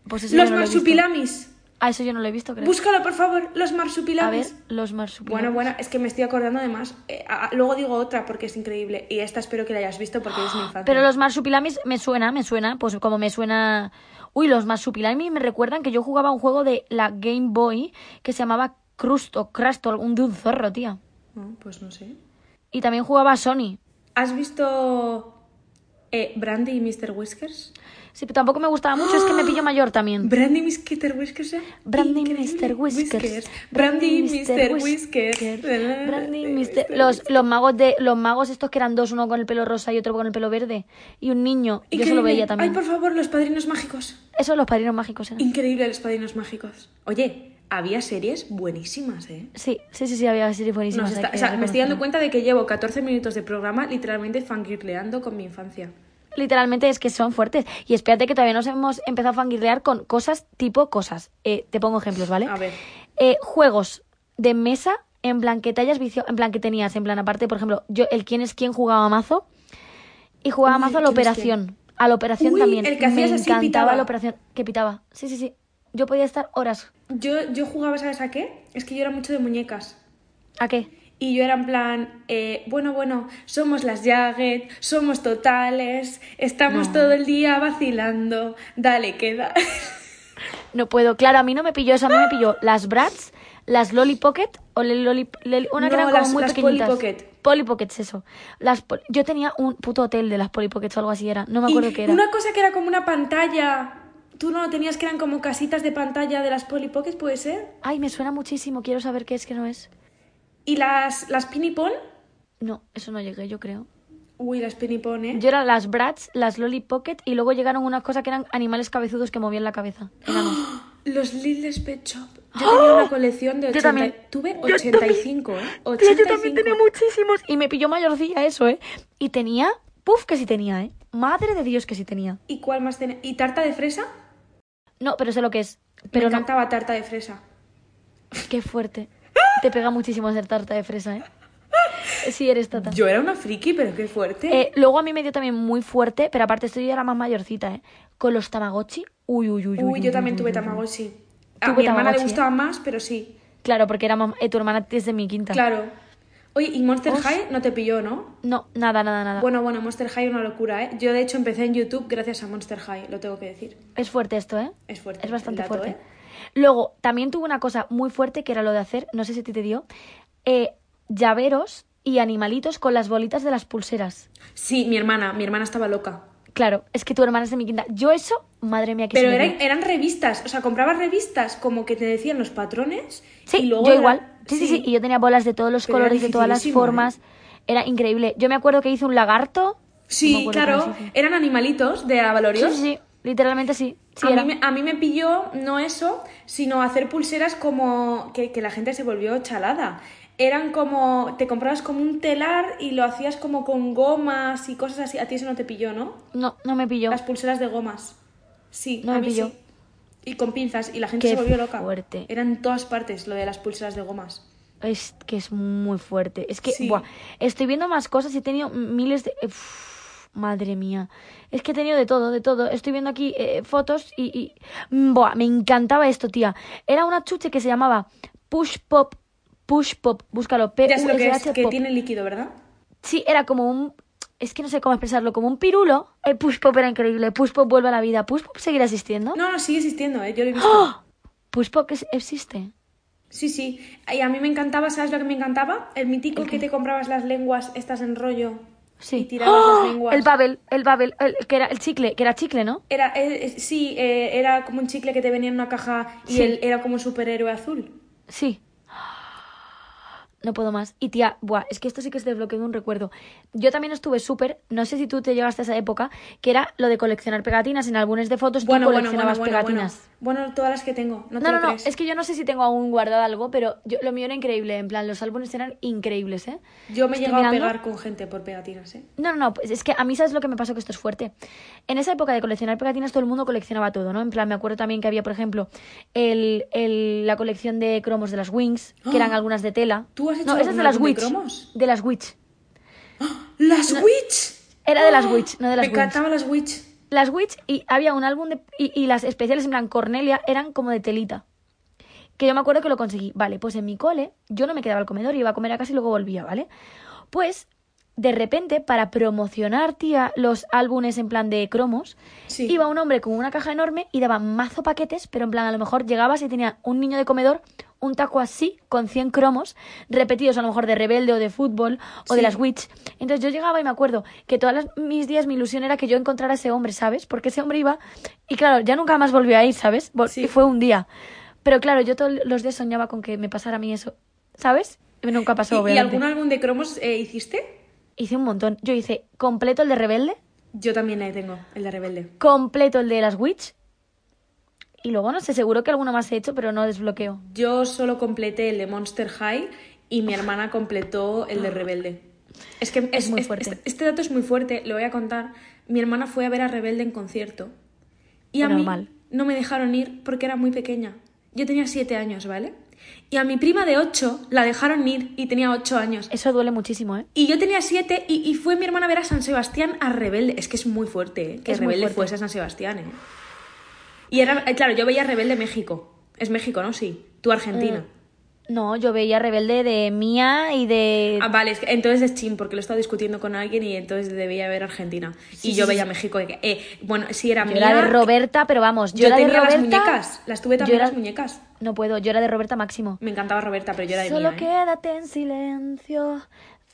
[SPEAKER 4] Pues eso
[SPEAKER 2] Los
[SPEAKER 4] yo no lo he visto.
[SPEAKER 2] marsupilamis.
[SPEAKER 4] Ah, eso yo no lo he visto, creo.
[SPEAKER 2] Búscalo, por favor, los
[SPEAKER 4] A ver,
[SPEAKER 2] marsupilamis.
[SPEAKER 4] los marsupilamis.
[SPEAKER 2] Bueno, bueno, es que me estoy acordando además. eh, a- a- luego digo otra porque es increíble. Y esta espero que la hayas visto porque es mi infancia.
[SPEAKER 4] Pero los marsupilamis me suena, me suena. Pues como me suena... Uy, los marsupilamis me recuerdan que yo jugaba un juego de la Game Boy que se llamaba Crust o Crustle, un de un zorro, tía.
[SPEAKER 2] No, pues no sé.
[SPEAKER 4] Y también jugaba a Sony.
[SPEAKER 2] ¿Has visto eh, Brandy y Mr. Whiskers?
[SPEAKER 4] Sí, pero tampoco me gustaba mucho, es que
[SPEAKER 2] <gasps>
[SPEAKER 4] me pillo mayor también.
[SPEAKER 2] Brandy Miss Kitter Whiskers. ¿eh?
[SPEAKER 4] Brandy
[SPEAKER 2] Increíble.
[SPEAKER 4] Mr. Whiskers.
[SPEAKER 2] Brandy Mr.
[SPEAKER 4] Whis-
[SPEAKER 2] Whiskers. Ah, este
[SPEAKER 4] Brandy Mr. Los, los magos de los magos estos que eran dos, uno con el pelo rosa y otro con el pelo verde y un niño. Yo eso lo
[SPEAKER 2] Increíble.
[SPEAKER 4] veía
[SPEAKER 2] Ay,
[SPEAKER 4] también.
[SPEAKER 2] por favor, los padrinos mágicos.
[SPEAKER 4] Eso los padrinos mágicos eran.
[SPEAKER 2] Increíble los padrinos mágicos. Oye, había series buenísimas, ¿eh?
[SPEAKER 4] Sí, sí, sí, sí, había series buenísimas.
[SPEAKER 2] Nos
[SPEAKER 4] hay
[SPEAKER 2] está-
[SPEAKER 4] que
[SPEAKER 2] o sea, me estoy dando
[SPEAKER 4] reconocerlo.
[SPEAKER 2] cuenta de que llevo 14 minutos de programa literalmente fangirleando con mi infancia.
[SPEAKER 4] Literalmente es que son fuertes. Y espérate que todavía nos hemos empezado a fangirlear con cosas tipo cosas. Eh, te pongo ejemplos, ¿vale?
[SPEAKER 2] A ver.
[SPEAKER 4] Eh, juegos de mesa, en plan que te hayas vicio, en plan que tenías, en plan aparte, por ejemplo, yo el quién es quién jugaba a mazo y jugaba a
[SPEAKER 2] Uy,
[SPEAKER 4] mazo a la
[SPEAKER 2] ¿quién es
[SPEAKER 4] operación. A la operación
[SPEAKER 2] Uy,
[SPEAKER 4] también.
[SPEAKER 2] el que hacías
[SPEAKER 4] Me
[SPEAKER 2] así,
[SPEAKER 4] encantaba
[SPEAKER 2] pitaba.
[SPEAKER 4] la operación que pitaba. Sí, sí, sí. Yo podía estar horas.
[SPEAKER 2] Yo, yo jugaba, ¿sabes a qué? Es que yo era mucho de muñecas.
[SPEAKER 4] ¿A qué?
[SPEAKER 2] Y yo era en plan, eh, bueno, bueno, somos las Jagged, somos totales, estamos todo el día vacilando, dale, queda.
[SPEAKER 4] Ah. No puedo. Claro, a mí no me pilló eso. A mí me pilló las Bratz, las Lolly Pocket o le- Lolly, le- una que
[SPEAKER 2] No,
[SPEAKER 4] eran como
[SPEAKER 2] las-
[SPEAKER 4] muy
[SPEAKER 2] las
[SPEAKER 4] pequeñitas.
[SPEAKER 2] Polly Pocket.
[SPEAKER 4] Polly Pockets, eso. Las, pol- yo tenía un puto hotel de las Polly Pockets o algo así era. No me acuerdo
[SPEAKER 2] <laughs> Y
[SPEAKER 4] qué era.
[SPEAKER 2] Una cosa que era como una pantalla tú no lo tenías que eran como casitas de pantalla de las Polly Pockets, ¿puede ser?
[SPEAKER 4] Ay, me suena muchísimo. Quiero saber qué es, qué no es.
[SPEAKER 2] Y las, las Pinipon.
[SPEAKER 4] No, eso no llegué, yo creo.
[SPEAKER 2] Uy, las Pinipon, ¿eh?
[SPEAKER 4] Yo eran las Bratz, las Lolly Pocket y luego llegaron unas cosas que eran animales cabezudos que movían la cabeza.
[SPEAKER 2] <gasps>
[SPEAKER 4] Enanos.
[SPEAKER 2] Los Little Pet Shop. Yo tenía una colección de
[SPEAKER 4] ¡Oh! Yo
[SPEAKER 2] 80.
[SPEAKER 4] también.
[SPEAKER 2] Tuve
[SPEAKER 4] Yo
[SPEAKER 2] 85, ¿eh?
[SPEAKER 4] Tía,
[SPEAKER 2] 85.
[SPEAKER 4] yo también tenía muchísimos. Y me pilló mayorcilla eso, ¿eh? Y tenía... Puf, que sí tenía, ¿eh? Madre de Dios que sí tenía.
[SPEAKER 2] ¿Y cuál más tenía? ¿Y tarta de fresa?
[SPEAKER 4] No, pero sé lo que es.
[SPEAKER 2] Pero
[SPEAKER 4] Pero
[SPEAKER 2] Me
[SPEAKER 4] no.
[SPEAKER 2] encantaba tarta de fresa.
[SPEAKER 4] Qué fuerte. Te pega muchísimo hacer tarta de fresa, ¿eh? Sí, eres tata.
[SPEAKER 2] Yo era una friki, pero qué fuerte.
[SPEAKER 4] Eh, luego a mí me dio también muy fuerte, pero aparte estoy ya la más mayorcita, ¿eh? Con los Tamagotchi. Uy, uy, uy, uy.
[SPEAKER 2] Uy, yo
[SPEAKER 4] uy,
[SPEAKER 2] también
[SPEAKER 4] uy, uy,
[SPEAKER 2] tuve
[SPEAKER 4] uy.
[SPEAKER 2] Tamagotchi. A
[SPEAKER 4] Tuve
[SPEAKER 2] mi hermana le
[SPEAKER 4] Tamagotchi, ¿eh?
[SPEAKER 2] gustaba más, pero sí.
[SPEAKER 4] Claro, porque era más... eh, tu hermana es de mi quinta.
[SPEAKER 2] Claro. Oye, y Monster
[SPEAKER 4] Os- Ah.
[SPEAKER 2] High no te pilló, ¿no?
[SPEAKER 4] No, nada, nada, nada.
[SPEAKER 2] Bueno, bueno, Monster High una locura, ¿eh? Yo de hecho empecé en YouTube gracias a Monster High, lo tengo que decir.
[SPEAKER 4] Es fuerte esto, ¿eh?
[SPEAKER 2] Es fuerte,
[SPEAKER 4] Es bastante
[SPEAKER 2] el dato,
[SPEAKER 4] fuerte.
[SPEAKER 2] ¿eh?
[SPEAKER 4] Luego, también tuve una cosa muy fuerte que era lo de hacer, no sé si a ti te dio, eh, llaveros y animalitos con las bolitas de las pulseras.
[SPEAKER 2] Sí, mi hermana, mi hermana estaba loca.
[SPEAKER 4] Claro, es que tu hermana es de mi quinta. Yo eso, madre mía, que se
[SPEAKER 2] Pero
[SPEAKER 4] me
[SPEAKER 2] eran,
[SPEAKER 4] dio.
[SPEAKER 2] eran revistas, o sea, comprabas revistas como que te decían los patrones.
[SPEAKER 4] Sí,
[SPEAKER 2] y luego
[SPEAKER 4] yo
[SPEAKER 2] era-
[SPEAKER 4] igual. Sí, sí, sí, Y yo tenía bolas de todos los
[SPEAKER 2] Pero era
[SPEAKER 4] colores, de todas las
[SPEAKER 2] dificilísimo, ¿eh?
[SPEAKER 4] formas. Era increíble. Yo me acuerdo que hice un lagarto.
[SPEAKER 2] Sí,
[SPEAKER 4] No me acuerdo
[SPEAKER 2] claro,
[SPEAKER 4] cómo se hizo.
[SPEAKER 2] eran animalitos de
[SPEAKER 4] Sí,
[SPEAKER 2] Avalorios.
[SPEAKER 4] sí, sí. Literalmente sí. sí
[SPEAKER 2] a,
[SPEAKER 4] era.
[SPEAKER 2] mí me, a mí me pilló no eso, sino hacer pulseras como que, que la gente se volvió chalada. Eran como, te comprabas como un telar y lo hacías como con gomas y cosas así. A ti eso no te pilló, ¿no?
[SPEAKER 4] No, no me pilló.
[SPEAKER 2] Las pulseras de gomas. Sí,
[SPEAKER 4] No
[SPEAKER 2] a
[SPEAKER 4] me
[SPEAKER 2] mí
[SPEAKER 4] pilló.
[SPEAKER 2] sí. Y con pinzas, y la gente
[SPEAKER 4] Qué
[SPEAKER 2] se volvió loca.
[SPEAKER 4] fuerte.
[SPEAKER 2] Era en todas partes lo de las pulseras de gomas.
[SPEAKER 4] Es que es muy fuerte. Es que,
[SPEAKER 2] Sí.
[SPEAKER 4] buah, estoy viendo más cosas y he tenido miles de... Uf, madre mía. Es que he tenido de todo, de todo. Estoy viendo aquí eh, fotos y, y- mm, Buah, me encantaba esto, tía. Era una chuche que se llamaba Push Pop. Push Pop. Búscalo. p
[SPEAKER 2] Ya sé lo
[SPEAKER 4] u
[SPEAKER 2] que
[SPEAKER 4] s
[SPEAKER 2] es,
[SPEAKER 4] h
[SPEAKER 2] que
[SPEAKER 4] Pop.
[SPEAKER 2] tiene líquido, ¿verdad?
[SPEAKER 4] Sí, era como un... Es que no sé cómo expresarlo. Como un pirulo. El Push Pop era increíble. Push Pop vuelve a la vida. Push Pop seguirá existiendo.
[SPEAKER 2] No, no, sigue existiendo, ¿eh? Yo lo he visto.
[SPEAKER 4] ¡Oh! Push Pop es- existe.
[SPEAKER 2] Sí, sí. Y a mí me encantaba, ¿sabes lo que me encantaba? El mítico que te comprabas las lenguas, estas en rollo.
[SPEAKER 4] Sí.
[SPEAKER 2] Y tirabas
[SPEAKER 4] ¡Oh!
[SPEAKER 2] las lenguas.
[SPEAKER 4] El Babel. El Babel. el- que era el chicle. Que era chicle, ¿no?
[SPEAKER 2] Era, eh, eh, sí, eh, era como un chicle que te venía en una caja y
[SPEAKER 4] Sí.
[SPEAKER 2] él era como un superhéroe azul.
[SPEAKER 4] Sí. No puedo más. Y tía, buah, es que esto sí que es desbloqueo de un recuerdo. Yo también estuve súper, no sé si tú te llegaste a esa época, que era lo de coleccionar pegatinas. En álbumes de fotos
[SPEAKER 2] Bueno,
[SPEAKER 4] tú
[SPEAKER 2] bueno, bueno,
[SPEAKER 4] coleccionabas
[SPEAKER 2] bueno, bueno.
[SPEAKER 4] pegatinas.
[SPEAKER 2] Bueno, todas las que tengo. No, te
[SPEAKER 4] No,
[SPEAKER 2] lo
[SPEAKER 4] no, no,
[SPEAKER 2] crees.
[SPEAKER 4] es que yo no sé si tengo aún guardado algo, pero yo, lo mío era increíble. En plan, los álbumes eran increíbles, ¿eh?
[SPEAKER 2] Yo me he
[SPEAKER 4] Estoy
[SPEAKER 2] llegado a
[SPEAKER 4] mirando-
[SPEAKER 2] pegar con gente por pegatinas, ¿eh?
[SPEAKER 4] No, no, no, pues es que a mí sabes lo que me pasó que esto es fuerte. En esa época de coleccionar pegatinas todo el mundo coleccionaba todo, ¿no? En plan, me acuerdo también que había, por ejemplo, el, el- la colección de cromos de las Wings, que eran
[SPEAKER 2] ¡Ah!
[SPEAKER 4] algunas de tela.
[SPEAKER 2] ¿Tú has hecho
[SPEAKER 4] no, esas de
[SPEAKER 2] algún
[SPEAKER 4] las
[SPEAKER 2] álbum de
[SPEAKER 4] Witch.
[SPEAKER 2] cromos?
[SPEAKER 4] De las Witch.
[SPEAKER 2] ¡Ah! ¡Las Witch! ¡Oh!
[SPEAKER 4] Era de las Witch, no de las
[SPEAKER 2] Me
[SPEAKER 4] Wings.
[SPEAKER 2] encantaban las Witch.
[SPEAKER 4] Las Witch y había un álbum de, y, y las especiales en plan Cornelia eran como de telita. Que yo me acuerdo que lo conseguí. Vale, pues en mi cole yo no me quedaba al comedor, iba a comer a casa y luego volvía, ¿vale? Pues de repente para promocionar, tía, los álbumes en plan de cromos,
[SPEAKER 2] Sí.
[SPEAKER 4] iba un hombre con una caja enorme y daba mazo paquetes, pero en plan a lo mejor llegabas y tenía un niño de comedor un taco así con 100 cromos repetidos a lo mejor de Rebelde o de fútbol o de
[SPEAKER 2] Sí.
[SPEAKER 4] las Witch. Entonces yo llegaba y me acuerdo que todas las- mis días mi ilusión era que yo encontrara a ese hombre, ¿sabes? Porque ese hombre iba y claro, ya nunca más volvió a ir, ¿sabes? Vol-
[SPEAKER 2] Sí.
[SPEAKER 4] Y fue un día. Pero claro, yo todos los días soñaba con que me pasara a mí eso, ¿sabes? Y Nunca pasó,
[SPEAKER 2] ¿Y- ¿Y,
[SPEAKER 4] obviamente.
[SPEAKER 2] algún álbum de cromos eh, hiciste?
[SPEAKER 4] Hice un montón. Yo hice completo el de Rebelde,
[SPEAKER 2] Yo también la tengo, el de Rebelde.
[SPEAKER 4] completo el de las Witch y luego no sé, seguro que alguno más he hecho, pero no desbloqueo.
[SPEAKER 2] Yo solo completé el de Monster High y mi hermana completó el de Rebelde. Es que es,
[SPEAKER 4] Ah. muy
[SPEAKER 2] es-
[SPEAKER 4] fuerte.
[SPEAKER 2] Este, este dato es muy fuerte, lo voy a contar. Mi hermana fue a ver a Rebelde en concierto. Y a mí
[SPEAKER 4] Normal.
[SPEAKER 2] no me dejaron ir porque era muy pequeña. Yo tenía siete años, ¿vale? Y a mi prima de ocho la dejaron ir y tenía ocho años.
[SPEAKER 4] Eso duele muchísimo, ¿eh?
[SPEAKER 2] Y yo tenía siete y, y fue mi hermana a ver a San Sebastián a Rebelde. Es que es muy fuerte, ¿eh? Que
[SPEAKER 4] Es muy
[SPEAKER 2] Rebelde
[SPEAKER 4] fuerte.
[SPEAKER 2] fuese a San Sebastián, ¿eh? Y era, eh, claro, yo veía Rebelde México. Es México, ¿no? Sí. Tú
[SPEAKER 4] Eh,
[SPEAKER 2] Argentina.
[SPEAKER 4] No, yo veía Rebelde de Mía y de...
[SPEAKER 2] Ah, vale, es que entonces es chin, porque lo he estado discutiendo con alguien y entonces debía ver Argentina. y
[SPEAKER 4] sí,
[SPEAKER 2] yo
[SPEAKER 4] sí,
[SPEAKER 2] veía
[SPEAKER 4] sí.
[SPEAKER 2] México. y que, eh, bueno, sí era
[SPEAKER 4] Yo
[SPEAKER 2] mía.
[SPEAKER 4] era de Roberta, pero vamos, yo,
[SPEAKER 2] Yo
[SPEAKER 4] era de
[SPEAKER 2] tenía
[SPEAKER 4] Roberta...
[SPEAKER 2] las muñecas. Las tuve
[SPEAKER 4] yo
[SPEAKER 2] también
[SPEAKER 4] era-
[SPEAKER 2] las muñecas.
[SPEAKER 4] No puedo, yo era de Roberta Máximo.
[SPEAKER 2] Me encantaba Roberta, pero yo era de ¿eh?
[SPEAKER 4] Solo
[SPEAKER 2] mía. ¿eh?
[SPEAKER 4] quédate en silencio,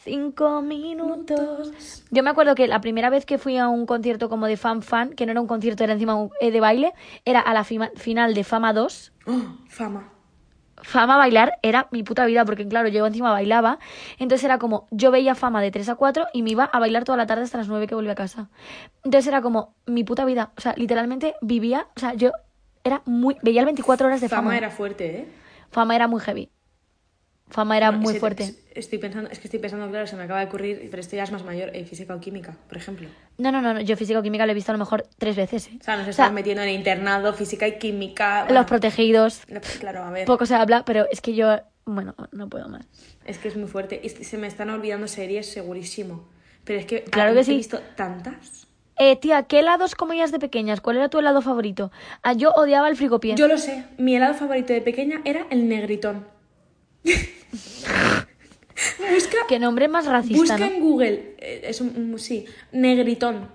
[SPEAKER 4] Cinco minutos. Yo me acuerdo que la primera vez que fui a un concierto como de fan fan, que no era un concierto, era encima un- eh, de baile, era a la fima- final de Fama 2.
[SPEAKER 2] ¡Oh! <gasps> Fama.
[SPEAKER 4] Fama bailar era mi puta vida, porque claro, yo encima bailaba. Entonces era como, yo veía fama de 3 a 4 y me iba a bailar toda la tarde hasta las 9 que volvía a casa. Entonces era como, mi puta vida. O sea, literalmente vivía, o sea, yo era muy. Veía el 24 horas de fama.
[SPEAKER 2] Fama era fuerte, ¿eh?
[SPEAKER 4] Fama era muy heavy. Fama era
[SPEAKER 2] No,
[SPEAKER 4] muy
[SPEAKER 2] se te-
[SPEAKER 4] fuerte.
[SPEAKER 2] Estoy pensando, es que estoy pensando, claro, se me acaba de ocurrir, pero esto ya es más mayor, en física o química, por ejemplo.
[SPEAKER 4] No, no, no, no, yo físico-química lo he visto a lo mejor tres veces, ¿eh?
[SPEAKER 2] O sea, nos
[SPEAKER 4] O sea,
[SPEAKER 2] estamos metiendo en internado, física y química.
[SPEAKER 4] los
[SPEAKER 2] bueno,
[SPEAKER 4] protegidos.
[SPEAKER 2] no, Claro, a ver.
[SPEAKER 4] Poco se habla, pero es que yo, bueno, no puedo más.
[SPEAKER 2] Es que es muy fuerte. Y se me están olvidando series, segurísimo. Pero es que.
[SPEAKER 4] Claro que
[SPEAKER 2] además,
[SPEAKER 4] sí.
[SPEAKER 2] He visto tantas.
[SPEAKER 4] Eh, tía, ¿qué helados comías de pequeñas? ¿Cuál era tu helado favorito? Ah, yo odiaba el frigopié.
[SPEAKER 2] Yo lo sé. Mi helado favorito de pequeña era el negritón. <laughs> busca
[SPEAKER 4] Qué nombre más racista,
[SPEAKER 2] busca
[SPEAKER 4] ¿no?
[SPEAKER 2] en Google. eh, Es un, un- sí, negritón.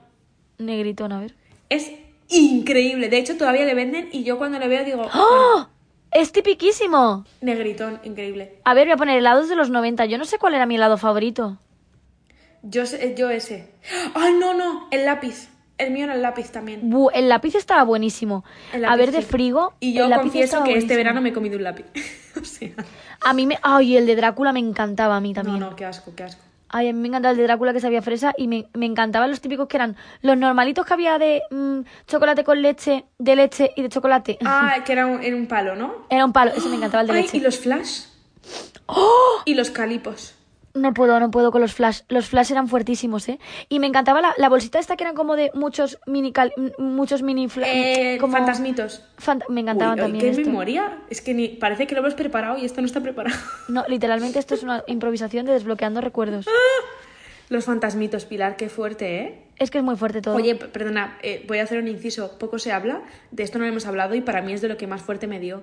[SPEAKER 4] Negritón, a ver.
[SPEAKER 2] Es increíble. De hecho, todavía le venden y yo cuando le veo digo.
[SPEAKER 4] ¡Oh! ¡Es tipiquísimo!
[SPEAKER 2] Negritón, increíble.
[SPEAKER 4] A ver, voy a poner helados de los 90. Yo no sé cuál era mi helado favorito.
[SPEAKER 2] Yo, sé- yo ese. ¡Ay, no, no! El lápiz. El mío era el lápiz también.
[SPEAKER 4] Bu- el lápiz estaba buenísimo.
[SPEAKER 2] El
[SPEAKER 4] a
[SPEAKER 2] lápiz,
[SPEAKER 4] ver, de
[SPEAKER 2] sí.
[SPEAKER 4] frigo.
[SPEAKER 2] Y yo
[SPEAKER 4] el lápiz
[SPEAKER 2] confieso
[SPEAKER 4] estaba
[SPEAKER 2] que este
[SPEAKER 4] buenísimo.
[SPEAKER 2] verano me he comido un lápiz. <laughs> o sea.
[SPEAKER 4] A mí me. Ay, el de Drácula me encantaba a mí también.
[SPEAKER 2] No, no, qué asco,
[SPEAKER 4] <laughs>
[SPEAKER 2] qué asco.
[SPEAKER 4] Ay, a mí me encantaba el de Drácula que sabía fresa y me, me encantaban los típicos que eran los normalitos que había de mm, chocolate con leche, de leche y de chocolate.
[SPEAKER 2] Ah, que era un, era un palo, ¿no?
[SPEAKER 4] Era un palo, ese me encantaba el de
[SPEAKER 2] Ay,
[SPEAKER 4] leche. ¡Oh!
[SPEAKER 2] y los flash. Y los calipos.
[SPEAKER 4] No puedo, no puedo con los flash. Los flash eran fuertísimos, ¿eh? Y me encantaba la, la bolsita esta que eran como de muchos mini cal- m- muchos mini flash.
[SPEAKER 2] Eh, Fantasmitos.
[SPEAKER 4] me
[SPEAKER 2] Uy,
[SPEAKER 4] encantaban
[SPEAKER 2] uy,
[SPEAKER 4] también
[SPEAKER 2] qué
[SPEAKER 4] esto.
[SPEAKER 2] memoria. Es que ni, parece que lo hemos preparado y esto no está preparado. <laughs>
[SPEAKER 4] No, literalmente esto es una improvisación de desbloqueando recuerdos.
[SPEAKER 2] Los fantasmitos, Pilar, qué fuerte, ¿eh?
[SPEAKER 4] Es que es muy fuerte todo.
[SPEAKER 2] Oye, p- perdona, eh, voy a hacer un inciso. Poco se habla, de esto no lo hemos hablado y para mí es de lo que más fuerte me dio.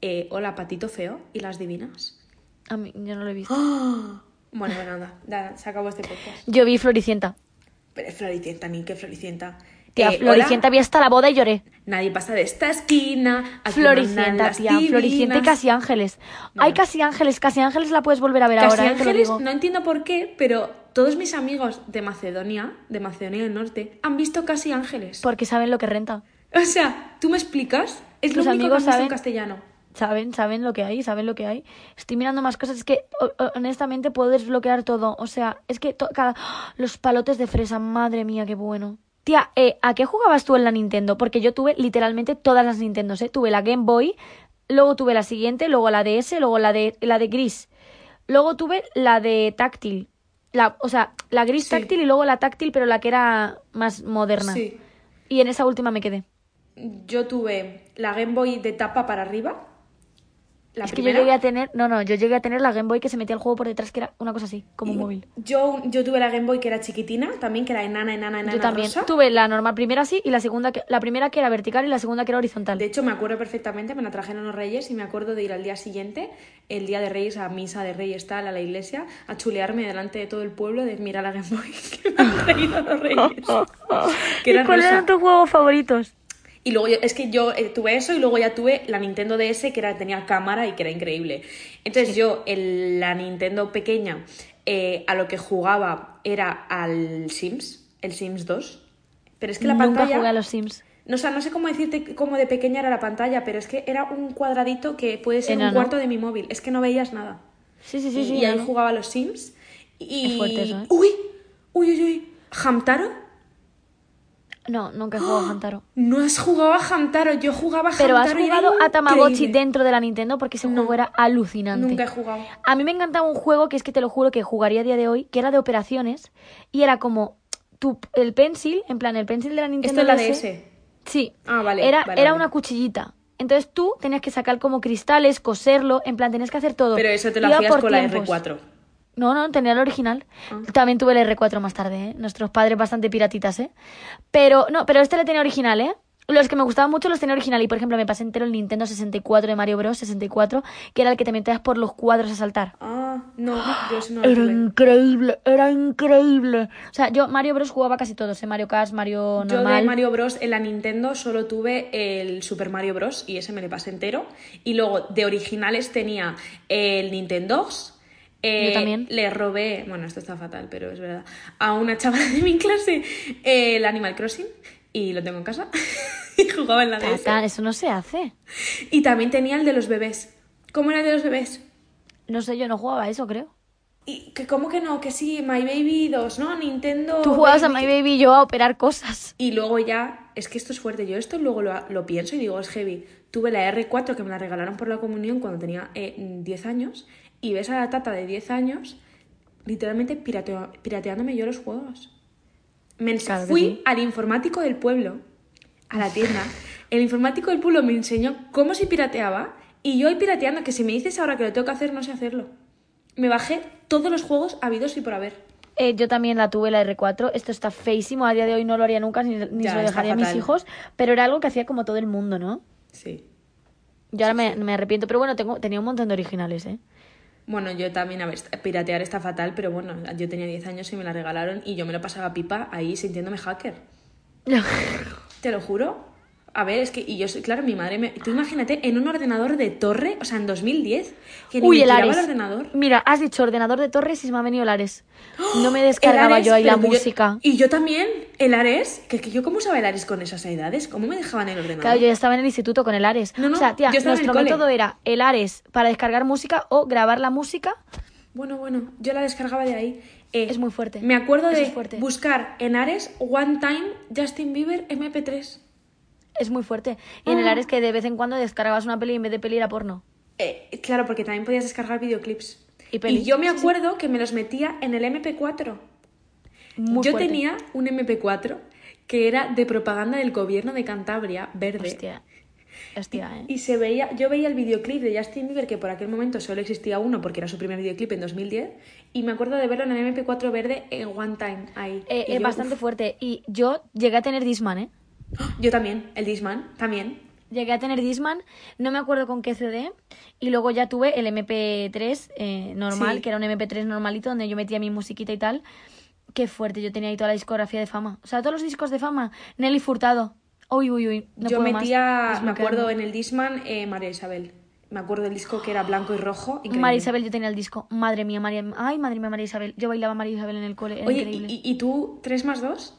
[SPEAKER 2] Eh, hola, Patito Feo y las divinas.
[SPEAKER 4] A mí, yo no lo he visto.
[SPEAKER 2] ¡Ah! Bueno, bueno, anda, da- se acabó este podcast.
[SPEAKER 4] Yo vi Floricienta.
[SPEAKER 2] Pero es Floricienta, ni que Floricienta.
[SPEAKER 4] Tía,
[SPEAKER 2] Eh, hola.
[SPEAKER 4] Floricienta vi hasta la boda y lloré.
[SPEAKER 2] Nadie pasa de esta esquina. aquí mandan
[SPEAKER 4] Floricienta,
[SPEAKER 2] las
[SPEAKER 4] tía. Floricienta y
[SPEAKER 2] divinas.
[SPEAKER 4] Casi Ángeles. Hay Casi Ángeles. Casi Ángeles la puedes volver a ver
[SPEAKER 2] Casi
[SPEAKER 4] ahora, eh, te lo
[SPEAKER 2] Ángeles,
[SPEAKER 4] digo.
[SPEAKER 2] no entiendo por qué, pero todos mis amigos de Macedonia, de Macedonia del Norte, han visto Casi Ángeles.
[SPEAKER 4] Porque saben lo que renta.
[SPEAKER 2] O sea, ¿tú me explicas? Es
[SPEAKER 4] Tus
[SPEAKER 2] lo único que
[SPEAKER 4] amigos
[SPEAKER 2] han visto
[SPEAKER 4] saben-
[SPEAKER 2] en castellano.
[SPEAKER 4] Saben, saben lo que hay, saben lo que hay. Estoy mirando más cosas. Es que, o- o- honestamente, puedo desbloquear todo. O sea, es que to- cada... <gasps> ¡Ah! los palotes de fresa, madre mía, qué bueno. Tía, eh, ¿a qué jugabas tú en la Nintendo? Porque yo tuve literalmente todas las Nintendos, ¿eh? Tuve la Game Boy, luego tuve la siguiente, luego la DS, luego la de, la de gris. Luego tuve la de táctil. La, o sea, la gris
[SPEAKER 2] Sí.
[SPEAKER 4] táctil y luego la táctil, pero la que era más moderna.
[SPEAKER 2] Sí.
[SPEAKER 4] Y en esa última me quedé.
[SPEAKER 2] Yo tuve la Game Boy de tapa para arriba. La
[SPEAKER 4] es
[SPEAKER 2] primera.
[SPEAKER 4] que yo llegué a tener, no, no, yo llegué a tener la Game Boy que se metía el juego por detrás, que era una cosa así, como un móvil.
[SPEAKER 2] Yo, yo tuve la Game Boy que era chiquitina, también que era enana, enana, enana.
[SPEAKER 4] Yo también
[SPEAKER 2] rosa.
[SPEAKER 4] tuve la normal primera así y la segunda que, la primera que era vertical y la segunda que era horizontal. <laughs>
[SPEAKER 2] De hecho, me acuerdo perfectamente, me la trajeron los Reyes y me acuerdo de ir al día siguiente, el día de Reyes, a misa de Reyes tal, a la iglesia, a chulearme delante de todo el pueblo de mirar a la Game Boy <laughs> que me han traído
[SPEAKER 4] <laughs>
[SPEAKER 2] los Reyes. que era
[SPEAKER 4] ¿Y cuáles
[SPEAKER 2] rosa.
[SPEAKER 4] eran tus juegos favoritos?
[SPEAKER 2] Y luego yo- es que yo eh, tuve eso y luego ya tuve la Nintendo DS que era, tenía cámara y que era increíble. Entonces yo, el- la Nintendo pequeña, eh, a lo que jugaba era al Sims, el Sims 2. Pero es que la
[SPEAKER 4] Nunca
[SPEAKER 2] pantalla...
[SPEAKER 4] jugué a los Sims.
[SPEAKER 2] No, o sea, no sé cómo decirte cómo de pequeña era la pantalla, pero es que era un cuadradito que puede ser
[SPEAKER 4] Enano.
[SPEAKER 2] un cuarto de mi móvil. Es que no veías nada.
[SPEAKER 4] Sí, sí, sí,
[SPEAKER 2] y,
[SPEAKER 4] sí. eh,
[SPEAKER 2] y ahí
[SPEAKER 4] no, no.
[SPEAKER 2] jugaba a los Sims. Y...
[SPEAKER 4] Es fuerte eso, ¿eh?
[SPEAKER 2] ¡Uy! ¡Uy, uy, uy! ¿Hamtaro?
[SPEAKER 4] No, nunca he jugado
[SPEAKER 2] ¡Ah!
[SPEAKER 4] a Hantaro.
[SPEAKER 2] No has jugado a Hamtaro. Yo jugaba a Hamtaro.
[SPEAKER 4] Pero has
[SPEAKER 2] y era
[SPEAKER 4] jugado a Tamagotchi
[SPEAKER 2] increíble.
[SPEAKER 4] dentro de la Nintendo porque ese
[SPEAKER 2] No.
[SPEAKER 4] juego era alucinante.
[SPEAKER 2] Nunca he jugado.
[SPEAKER 4] A mí me encantaba un juego que es que te lo juro que jugaría a día de hoy, que era de operaciones y era como tu, el pencil, en plan, el pencil de la Nintendo
[SPEAKER 2] Esto es la
[SPEAKER 4] DS.
[SPEAKER 2] DS.
[SPEAKER 4] Sí.
[SPEAKER 2] Ah, vale,
[SPEAKER 4] Era,
[SPEAKER 2] vale,
[SPEAKER 4] era
[SPEAKER 2] vale.
[SPEAKER 4] una cuchillita. Entonces tú tenías que sacar como cristales, coserlo, en plan, tenías que hacer todo.
[SPEAKER 2] Pero eso te lo
[SPEAKER 4] Iba
[SPEAKER 2] hacías
[SPEAKER 4] por
[SPEAKER 2] con la Ah.
[SPEAKER 4] tiempos.
[SPEAKER 2] R4.
[SPEAKER 4] No, no, tenía el original. También tuve el R4 más tarde, ¿eh? Nuestros padres bastante piratitas, ¿eh? Pero, no, pero este le tenía original, ¿eh? Los que me gustaban mucho los tenía original y, por ejemplo, me pasé entero el Nintendo 64 de Mario Bros. 64, que era el que te metías por los cuadros a saltar.
[SPEAKER 2] Ah, no, yo eso no lo
[SPEAKER 4] Era
[SPEAKER 2] tuve.
[SPEAKER 4] increíble, era increíble. O sea, yo Mario Bros jugaba casi todos, ¿eh? Mario Kart, Mario
[SPEAKER 2] Yo de
[SPEAKER 4] normal.
[SPEAKER 2] Mario Bros. en la Nintendo solo tuve el Super Mario Bros. y ese me le pasé entero. Y luego de originales tenía el Nintendo Eh,
[SPEAKER 4] Yo también.
[SPEAKER 2] Le robé, bueno, esto está fatal, pero es verdad, a una chavala de mi clase eh, el Animal Crossing y lo tengo en casa <laughs> y jugaba en la DS.
[SPEAKER 4] Tata, eso no se hace.
[SPEAKER 2] Y también tenía el de los bebés. ¿Cómo era el de los bebés?
[SPEAKER 4] No sé, yo no jugaba a eso, creo.
[SPEAKER 2] Y que, ¿Cómo que no? Que sí, My Baby 2, ¿no? Nintendo.
[SPEAKER 4] Tú jugabas a My Baby y yo a operar cosas.
[SPEAKER 2] Y luego ya, es que esto es fuerte, yo esto luego lo, lo pienso y digo, es heavy. Tuve la R4 que me la regalaron por la comunión cuando tenía eh, 10 años y ves a la tata de 10 años literalmente pirateo- pirateándome yo los juegos. Me ens-
[SPEAKER 4] Claro que
[SPEAKER 2] fui
[SPEAKER 4] sí.
[SPEAKER 2] al informático del pueblo, a la tienda. El informático del pueblo me enseñó cómo se pirateaba y yo ahí pirateando, que si me dices ahora que lo tengo que hacer, no sé hacerlo. Me bajé todos los juegos habidos y por haber.
[SPEAKER 4] Eh, yo también la tuve, la R4. Esto está feísimo. A día de hoy no lo haría nunca, ni, ni
[SPEAKER 2] Ya,
[SPEAKER 4] se lo
[SPEAKER 2] está
[SPEAKER 4] dejaría a mis
[SPEAKER 2] fatal.
[SPEAKER 4] hijos. Pero era algo que hacía como todo el mundo, ¿no?
[SPEAKER 2] Sí.
[SPEAKER 4] Yo ahora me, me arrepiento, pero bueno, tengo, tenía un montón de originales, ¿eh?
[SPEAKER 2] Bueno, yo también, a ver, piratear está fatal, pero bueno, yo tenía 10 años y me la regalaron y yo me lo pasaba pipa ahí sintiéndome hacker. Te lo juro. A ver, es que, y yo soy, claro, mi madre me. Tú imagínate, en un ordenador de torre, o sea, en 2010,
[SPEAKER 4] <laughs>
[SPEAKER 2] que ni
[SPEAKER 4] Uy,
[SPEAKER 2] me
[SPEAKER 4] el
[SPEAKER 2] tiraba
[SPEAKER 4] Ares.
[SPEAKER 2] el ordenador. ¡Oh!
[SPEAKER 4] Mira, has dicho ordenador de torres y me ha venido el Ares. No me descargaba
[SPEAKER 2] El Ares,
[SPEAKER 4] yo ahí la
[SPEAKER 2] pero que yo-
[SPEAKER 4] música.
[SPEAKER 2] y yo también, el Ares, que, que yo cómo usaba el Ares con esas edades, ¿cómo me dejaban el ordenador?
[SPEAKER 4] Claro, yo ya estaba en el instituto con el Ares.
[SPEAKER 2] No, no,
[SPEAKER 4] o sea, tía,
[SPEAKER 2] yo estaba en el
[SPEAKER 4] nuestro
[SPEAKER 2] cole.
[SPEAKER 4] método era el Ares para descargar música o grabar la música.
[SPEAKER 2] Bueno, bueno, yo la descargaba de ahí. Eh,
[SPEAKER 4] Es muy fuerte.
[SPEAKER 2] Me acuerdo
[SPEAKER 4] Eso
[SPEAKER 2] de
[SPEAKER 4] es fuerte.
[SPEAKER 2] buscar en Ares One Time Justin Bieber MP3.
[SPEAKER 4] Es muy fuerte. Y en el
[SPEAKER 2] Ah.
[SPEAKER 4] Ares que de vez en cuando descargabas una peli y en vez de peli era porno.
[SPEAKER 2] Eh, claro, porque también podías descargar videoclips.
[SPEAKER 4] Y pelis,
[SPEAKER 2] yo me
[SPEAKER 4] sí, sí.
[SPEAKER 2] acuerdo que me los metía en el MP4.
[SPEAKER 4] Muy
[SPEAKER 2] yo
[SPEAKER 4] fuerte.
[SPEAKER 2] tenía un MP4 que era de propaganda del gobierno de Cantabria, verde.
[SPEAKER 4] Hostia. Hostia, eh.
[SPEAKER 2] Y se veía, yo veía el videoclip de Justin Bieber, que por aquel momento solo existía uno porque era su primer videoclip en 2010, y me acuerdo de verlo en el MP4 verde en One Time ahí.
[SPEAKER 4] Eh,
[SPEAKER 2] Y
[SPEAKER 4] es
[SPEAKER 2] yo,
[SPEAKER 4] bastante
[SPEAKER 2] uf,
[SPEAKER 4] fuerte. Y yo llegué a tener Disman, ¿eh?
[SPEAKER 2] Yo también, el Disman, también.
[SPEAKER 4] Llegué a tener Disman, no me acuerdo con qué CD, y luego ya tuve el MP3 eh, normal,
[SPEAKER 2] Sí.
[SPEAKER 4] que era un MP3 normalito donde yo metía mi musiquita y tal. Qué fuerte, yo tenía ahí toda la discografía de fama. O sea, todos los discos de fama. Nelly Furtado. Uy, uy, uy. No
[SPEAKER 2] yo
[SPEAKER 4] puedo más.
[SPEAKER 2] metía, me
[SPEAKER 4] Desbloquearme.
[SPEAKER 2] acuerdo, en el Disman eh, María Isabel. Me acuerdo del disco que era blanco y rojo. increíble.
[SPEAKER 4] María Isabel, yo tenía el disco. Madre mía, María. Ay, madre mía, María Isabel. Yo bailaba María Isabel en el cole. Era
[SPEAKER 2] Oye,
[SPEAKER 4] increíble.
[SPEAKER 2] ¿y, y- y tú tres más dos?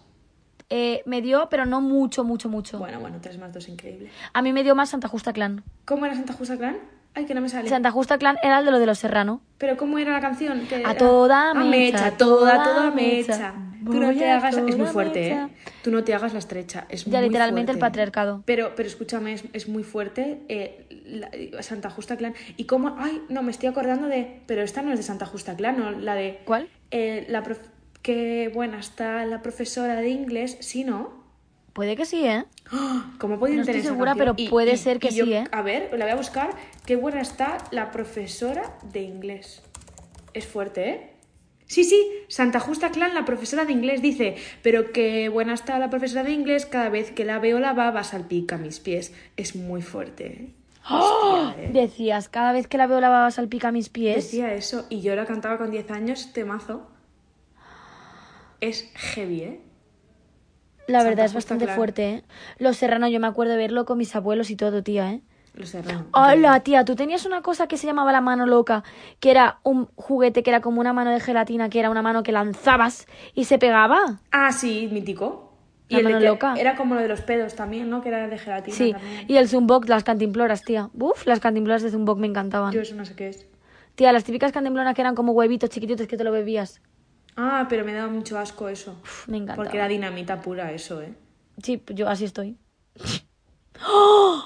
[SPEAKER 4] Eh, me dio, pero no mucho, mucho, mucho.
[SPEAKER 2] Bueno, bueno, tres más dos, increíble.
[SPEAKER 4] A mí me dio más Santa Justa Clan.
[SPEAKER 2] ¿Cómo era Santa Justa Clan? Ay, que no me sale.
[SPEAKER 4] Santa Justa Clan era el de lo de los Serrano.
[SPEAKER 2] Pero ¿cómo era la canción? Que
[SPEAKER 4] A
[SPEAKER 2] era-
[SPEAKER 4] toda
[SPEAKER 2] A
[SPEAKER 4] mecha,
[SPEAKER 2] mecha, toda,
[SPEAKER 4] toda
[SPEAKER 2] toda
[SPEAKER 4] mecha.
[SPEAKER 2] mecha. Tú no
[SPEAKER 4] Voy
[SPEAKER 2] te
[SPEAKER 4] a
[SPEAKER 2] hagas... Es muy
[SPEAKER 4] toda
[SPEAKER 2] fuerte,
[SPEAKER 4] mecha.
[SPEAKER 2] ¿eh? Tú no te hagas la estrecha. Es
[SPEAKER 4] Ya,
[SPEAKER 2] muy
[SPEAKER 4] literalmente, el
[SPEAKER 2] fuerte.
[SPEAKER 4] patriarcado.
[SPEAKER 2] Pero, pero escúchame, es, es muy fuerte eh, la- Santa Justa Clan. Y cómo... Ay, no, me estoy acordando de... Pero esta no es de Santa Justa Clan, ¿no? La de...
[SPEAKER 4] ¿Cuál?
[SPEAKER 2] Eh, la prof- Qué buena está la profesora de inglés. Sí, ¿no?
[SPEAKER 4] Puede que sí, ¿eh?
[SPEAKER 2] ¡Ah! ¿Cómo puede
[SPEAKER 4] No estoy
[SPEAKER 2] tener esa
[SPEAKER 4] segura,
[SPEAKER 2] canción?
[SPEAKER 4] pero puede ser que
[SPEAKER 2] yo-
[SPEAKER 4] sí, ¿eh?
[SPEAKER 2] A ver, la voy a buscar. Qué buena está la profesora de inglés. Es fuerte, ¿eh? Sí, sí, Santa Justa Clan, la profesora de inglés, dice, pero qué buena está la profesora de inglés, cada vez que la veo la baba salpica mis pies. Es muy fuerte, ¿eh? Hostia, ¿eh?
[SPEAKER 4] Decías, cada vez que la veo la baba salpica mis pies.
[SPEAKER 2] Decía eso, y yo la cantaba con 10 años, temazo. Es heavy, ¿eh?
[SPEAKER 4] la
[SPEAKER 2] Santa
[SPEAKER 4] verdad es
[SPEAKER 2] Justa
[SPEAKER 4] bastante
[SPEAKER 2] Clan.
[SPEAKER 4] fuerte, ¿eh? Los serranos, yo me acuerdo de verlo con mis abuelos y todo, tía, ¿eh?
[SPEAKER 2] Los Serrano.
[SPEAKER 4] Hola, tía, tú tenías una cosa que se llamaba la mano loca, que era un juguete que era como una mano de gelatina, que era una mano que lanzabas y se pegaba.
[SPEAKER 2] Ah, sí, mítico.
[SPEAKER 4] La
[SPEAKER 2] de
[SPEAKER 4] mano
[SPEAKER 2] que-
[SPEAKER 4] loca.
[SPEAKER 2] Era como lo de los pedos también, ¿no? Que era de gelatina
[SPEAKER 4] Sí,
[SPEAKER 2] también.
[SPEAKER 4] y el Zumbox, las cantimploras, tía. Uf, las cantimploras de Zumbox me encantaban.
[SPEAKER 2] Yo eso no sé qué es.
[SPEAKER 4] Tía, las típicas cantimploras que eran como huevitos chiquititos que te lo bebías.
[SPEAKER 2] Ah, pero me daba mucho asco eso.
[SPEAKER 4] Uf, me encantaba.
[SPEAKER 2] Porque era dinamita pura eso, ¿eh?
[SPEAKER 4] Sí, yo así estoy. ¡Oh!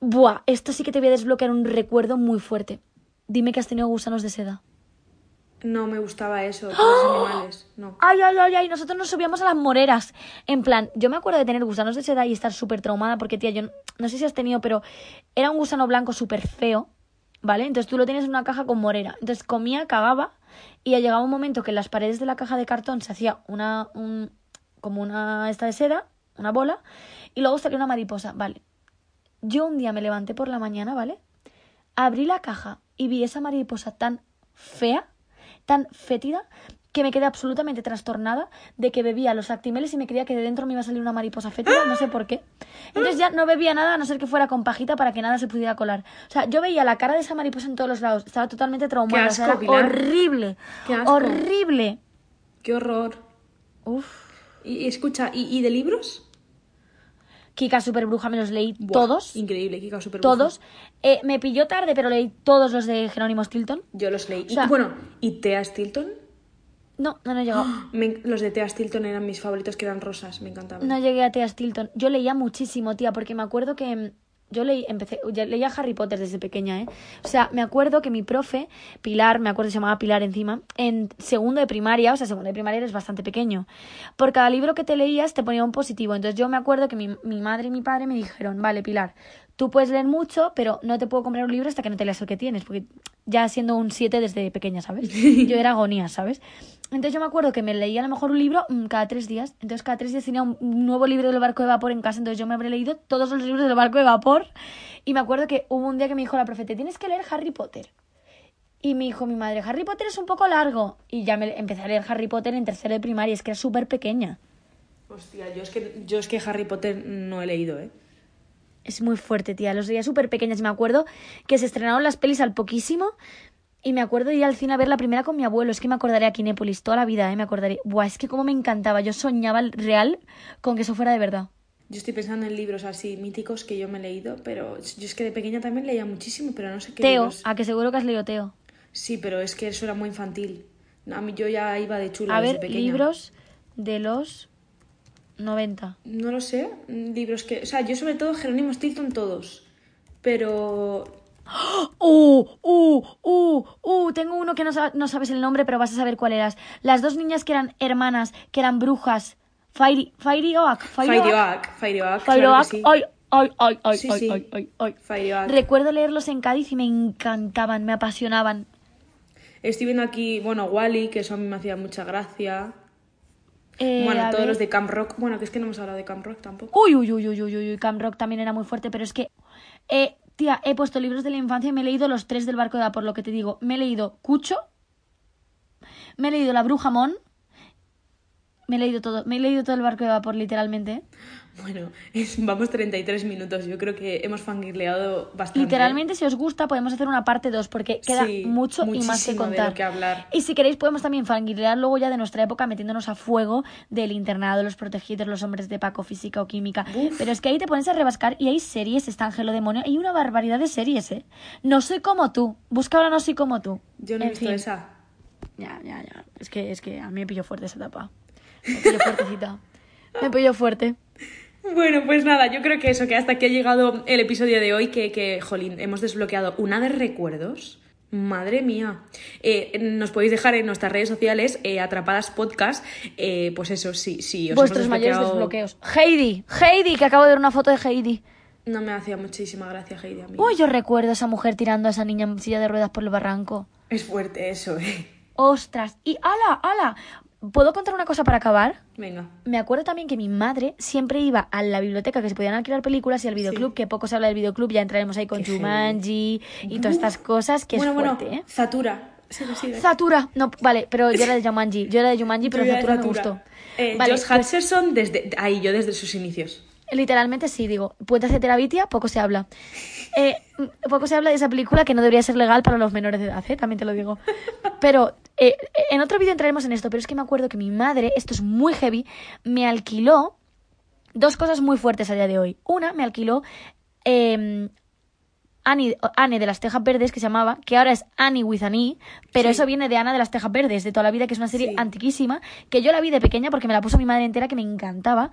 [SPEAKER 4] Buah, esto sí que te voy a desbloquear un recuerdo muy fuerte. Dime que has tenido gusanos de seda.
[SPEAKER 2] No me gustaba eso,
[SPEAKER 4] ¡Ah!
[SPEAKER 2] los animales. No.
[SPEAKER 4] Ay, ay, ay, ay, nosotros nos subíamos a las moreras. En plan, yo me acuerdo de tener gusanos de seda y estar súper traumada porque, tía, yo no, no sé si has tenido, pero era un gusano blanco súper feo, ¿vale? Entonces tú lo tenías en una caja con morera. Entonces comía, cagaba y ya llegaba un momento que en las paredes de la caja de cartón se hacía una, un- como una esta de seda, una bola, y luego salía una mariposa, ¿vale? Yo un día me levanté por la mañana, ¿vale? Abrí la caja y vi esa mariposa tan fea, tan fétida, que me quedé absolutamente trastornada de que bebía los actimeles y me creía que de dentro me iba a salir una mariposa fétida, no sé por qué. Entonces ya no bebía nada a no ser que fuera con pajita para que nada se pudiera colar. O sea, yo veía la cara de esa mariposa en todos los lados, estaba totalmente traumada, o sea,
[SPEAKER 2] asco,
[SPEAKER 4] era
[SPEAKER 2] Pilar.
[SPEAKER 4] horrible,
[SPEAKER 2] Qué asco.
[SPEAKER 4] horrible.
[SPEAKER 2] Qué horror.
[SPEAKER 4] Uf.
[SPEAKER 2] Y, y escucha, ¿y, y de libros?
[SPEAKER 4] Kika super bruja me los leí
[SPEAKER 2] Buah,
[SPEAKER 4] todos,
[SPEAKER 2] Increíble, Kika Super.
[SPEAKER 4] todos. Eh, me pilló tarde, pero leí todos los de Jerónimo Stilton.
[SPEAKER 2] Yo los leí.
[SPEAKER 4] O sea-
[SPEAKER 2] y, bueno, ¿y Thea Stilton?
[SPEAKER 4] No, no, no he llegado.
[SPEAKER 2] Me en- los de Thea Stilton eran mis favoritos, que eran rosas, me encantaban.
[SPEAKER 4] No llegué a Tea Stilton. Yo leía muchísimo, tía, porque me acuerdo que mm, yo leí, empecé, ya leía Harry Potter desde pequeña, ¿eh? O sea, me acuerdo que mi profe, Pilar, me acuerdo que se llamaba Pilar encima, en segundo de primaria, o sea, segundo de primaria eres bastante pequeño. Por cada libro que te leías te ponía un positivo. Entonces yo me acuerdo que mi, mi madre y mi padre me dijeron, vale, Pilar, tú puedes leer mucho, pero no te puedo comprar un libro hasta que no te leas el que tienes, porque ya siendo un 7 desde pequeña, ¿sabes? Yo era agonía, ¿sabes? Entonces yo me acuerdo que me leía a lo mejor un libro mm, cada tres días. Entonces cada tres días tenía un un nuevo libro del barco de vapor en casa. Entonces yo me habré leído todos los libros del barco de vapor. Y me acuerdo que hubo un día que me dijo la profe, "Te tienes que leer Harry Potter. Y me dijo mi madre, Harry Potter es un poco largo. Y ya me empecé a leer Harry Potter en tercero de primaria. Es que era súper pequeña.
[SPEAKER 2] Hostia, yo es, que, yo es que Harry Potter no he leído, ¿eh?
[SPEAKER 4] Es muy fuerte, tía. Los leía súper pequeñas. Me acuerdo que se estrenaron las pelis al poquísimo. Y me acuerdo de ir al cine a ver la primera con mi abuelo. Es que me acordaré aquí Népolis toda la vida, ¿eh? Me acordaré. Buah, es que como me encantaba. Yo soñaba el real con que eso fuera de verdad.
[SPEAKER 2] Yo estoy pensando en libros así míticos que yo me he leído, pero yo es que de pequeña también leía muchísimo, pero no sé qué
[SPEAKER 4] Teo,
[SPEAKER 2] libros.
[SPEAKER 4] a que seguro que has leído Teo.
[SPEAKER 2] Sí, pero es que eso era muy infantil. A mí yo ya iba de chula
[SPEAKER 4] A
[SPEAKER 2] desde
[SPEAKER 4] ver,
[SPEAKER 2] pequeña.
[SPEAKER 4] libros de los 90.
[SPEAKER 2] No lo sé, mm, libros que... O sea, yo sobre todo Jerónimo Stilton todos, pero...
[SPEAKER 4] ¡Uh! ¡Uh! ¡Uh! ¡Uh! Tengo uno que no, sa- no sabes el nombre, pero vas a saber cuál eras. Las dos niñas que eran hermanas, que eran brujas. Fairy, Fairy Oak. Fairy Oak.
[SPEAKER 2] Fairyback, Fairyback, claro que
[SPEAKER 4] Fairoac,
[SPEAKER 2] sí.
[SPEAKER 4] ay, ay, ay, ay,
[SPEAKER 2] Sí,
[SPEAKER 4] ay,
[SPEAKER 2] sí.
[SPEAKER 4] ay, ay, ay.
[SPEAKER 2] Fairoac.
[SPEAKER 4] Recuerdo leerlos en Cádiz y me encantaban, me apasionaban.
[SPEAKER 2] Estoy viendo aquí, bueno, Wally, que eso a mí me hacía mucha gracia.
[SPEAKER 4] Eh,
[SPEAKER 2] bueno,
[SPEAKER 4] a
[SPEAKER 2] todos
[SPEAKER 4] ver-
[SPEAKER 2] los de Camp Rock. Bueno, que es que no hemos hablado de Camp Rock tampoco. <laughs>
[SPEAKER 4] Uy, uy, uy, uy, uy, uy, uy, Camp Rock también era muy fuerte, pero es que... eh, tía, he puesto libros de la infancia y me he leído los tres del barco de por lo que te digo. Me he leído Cucho, me he leído La Bruja Mon... Me he leído todo, me he leído todo el barco de vapor, literalmente. ¿eh?
[SPEAKER 2] Bueno, es- vamos 33 minutos. Yo creo que hemos fangirleado bastante.
[SPEAKER 4] Literalmente, si os gusta, podemos hacer una parte 2 porque queda
[SPEAKER 2] Sí,
[SPEAKER 4] mucho y más que
[SPEAKER 2] muchísimo de
[SPEAKER 4] contar.
[SPEAKER 2] lo que hablar.
[SPEAKER 4] Y si queréis, podemos también fangirlear luego ya de nuestra época metiéndonos a fuego del internado, los protegidos, los hombres de Paco, física o química. Pero es que ahí te pones a rebascar y hay series, está Ángelo Demonio, hay una barbaridad de series, ¿eh? No soy como tú. Busca ahora No soy como tú.
[SPEAKER 2] Yo no he
[SPEAKER 4] En
[SPEAKER 2] visto
[SPEAKER 4] fin.
[SPEAKER 2] esa.
[SPEAKER 4] Ya, ya, ya. Es que, es que a mí me pilló fuerte esa etapa. Me pilló fuertecita. me pilló
[SPEAKER 2] <laughs>
[SPEAKER 4] fuerte.
[SPEAKER 2] Bueno, pues nada, yo creo que eso, que hasta aquí ha llegado el episodio de hoy, que, que jolín, hemos desbloqueado una de recuerdos. Madre mía. Eh, nos podéis dejar en nuestras redes sociales, eh, Atrapadas Podcast, eh, pues eso, sí, sí. os
[SPEAKER 4] Vuestros
[SPEAKER 2] hemos
[SPEAKER 4] mayores
[SPEAKER 2] desbloqueado-
[SPEAKER 4] desbloqueos. Heidi, Heidi, que acabo de ver una foto de Heidi.
[SPEAKER 2] No me hacía muchísima gracia, Heidi, a mí.
[SPEAKER 4] Uy, Pues yo recuerdo a esa mujer tirando a esa niña en silla de ruedas por el barranco.
[SPEAKER 2] Es fuerte eso, eh.
[SPEAKER 4] Ostras, y ala, ala. ¿Puedo contar una cosa para acabar?
[SPEAKER 2] Venga.
[SPEAKER 4] Me acuerdo también que mi madre siempre iba a la biblioteca que se podían alquilar películas y al videoclub,
[SPEAKER 2] Sí.
[SPEAKER 4] que poco se habla del videoclub, ya entraremos ahí con
[SPEAKER 2] Qué heavy.
[SPEAKER 4] Jumanji y todas estas cosas, que
[SPEAKER 2] bueno,
[SPEAKER 4] es fuerte,
[SPEAKER 2] bueno,
[SPEAKER 4] ¿eh?
[SPEAKER 2] Zatura. Sí, sí, sí.
[SPEAKER 4] Zatura, no, vale, pero yo era de Jumanji, yo era de Jumanji, pero
[SPEAKER 2] <laughs> Yo ya
[SPEAKER 4] Zatura me
[SPEAKER 2] Zatura.
[SPEAKER 4] gustó.
[SPEAKER 2] Eh,
[SPEAKER 4] Vale,
[SPEAKER 2] Josh
[SPEAKER 4] pues-
[SPEAKER 2] Hutcherson, desde, ahí yo desde sus inicios.
[SPEAKER 4] Literalmente sí, digo, Puente hacia Terabitia, poco se habla. Eh, mm, poco se habla de esa película que no debería ser legal para los menores de edad, ¿eh? también te lo digo. Pero eh, en otro vídeo entraremos en esto, pero es que me acuerdo que mi madre, esto es muy heavy, me alquiló dos cosas muy fuertes a día de hoy. Una, me alquiló eh, Annie, Anne de las Tejas Verdes, que se llamaba, que ahora es Annie with an E, pero eso viene de Ana de las Tejas Verdes, de toda la vida, que es una serie
[SPEAKER 2] Sí.
[SPEAKER 4] antiquísima, que yo la vi de pequeña porque me la puso mi madre entera, que me encantaba,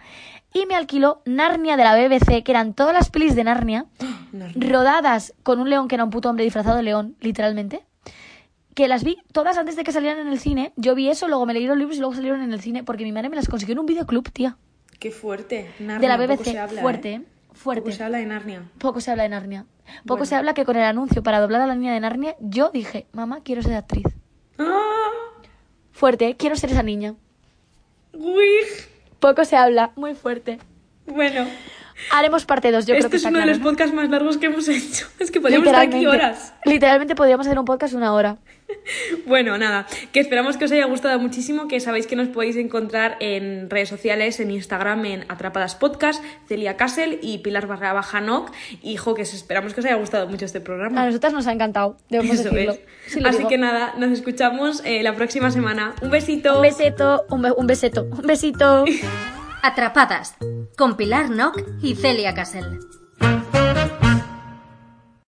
[SPEAKER 4] y me alquiló Narnia de la BBC, que eran todas las pelis de Narnia,
[SPEAKER 2] Normal.
[SPEAKER 4] rodadas con un león que era un puto hombre disfrazado de león, literalmente, que las vi todas antes de que salieran en el cine, yo vi eso, luego me leí los libros y luego salieron en el cine, porque mi madre me las consiguió en un videoclub, tía,
[SPEAKER 2] Qué fuerte. Narnia,
[SPEAKER 4] de la
[SPEAKER 2] poco
[SPEAKER 4] BBC,
[SPEAKER 2] se habla,
[SPEAKER 4] fuerte,
[SPEAKER 2] ¿eh?
[SPEAKER 4] ¿eh? fuerte.
[SPEAKER 2] Poco se habla de Narnia.
[SPEAKER 4] Poco se habla de Narnia. Poco
[SPEAKER 2] Bueno.
[SPEAKER 4] se habla que con el anuncio para doblar a la niña de Narnia, yo dije, mamá, quiero ser actriz.
[SPEAKER 2] ¡Ah!
[SPEAKER 4] Fuerte, ¿eh? quiero ser esa niña.
[SPEAKER 2] ¡Uy!
[SPEAKER 4] Poco se habla, muy fuerte.
[SPEAKER 2] Bueno,
[SPEAKER 4] Haremos parte 2, yo creo
[SPEAKER 2] este
[SPEAKER 4] que
[SPEAKER 2] es
[SPEAKER 4] está
[SPEAKER 2] uno de
[SPEAKER 4] claro,
[SPEAKER 2] los
[SPEAKER 4] ¿no?
[SPEAKER 2] podcasts más largos que hemos <laughs> hecho. Es que podríamos estar aquí
[SPEAKER 4] Literalmente.
[SPEAKER 2] horas.
[SPEAKER 4] Literalmente podíamos hacer un podcast de una hora.
[SPEAKER 2] Bueno, nada, que esperamos que os haya gustado muchísimo, que sabéis que nos podéis encontrar en redes sociales, en Instagram, en Atrapadas Podcast, Celia Castle y Pilar Barra Baja Noc. Y jo, que os- esperamos que os haya gustado mucho este
[SPEAKER 4] A
[SPEAKER 2] programa.
[SPEAKER 4] nosotras nos ha encantado, debemos
[SPEAKER 2] <laughs> Eso
[SPEAKER 4] decirlo.
[SPEAKER 2] es.
[SPEAKER 4] Sí lo
[SPEAKER 2] Así
[SPEAKER 4] digo.
[SPEAKER 2] que nada, nos escuchamos eh, la próxima semana. Un besito.
[SPEAKER 4] Un beseto, un, be- un beseto, un besito.
[SPEAKER 3] Atrapadas con Pilar Nock y Celia Casel.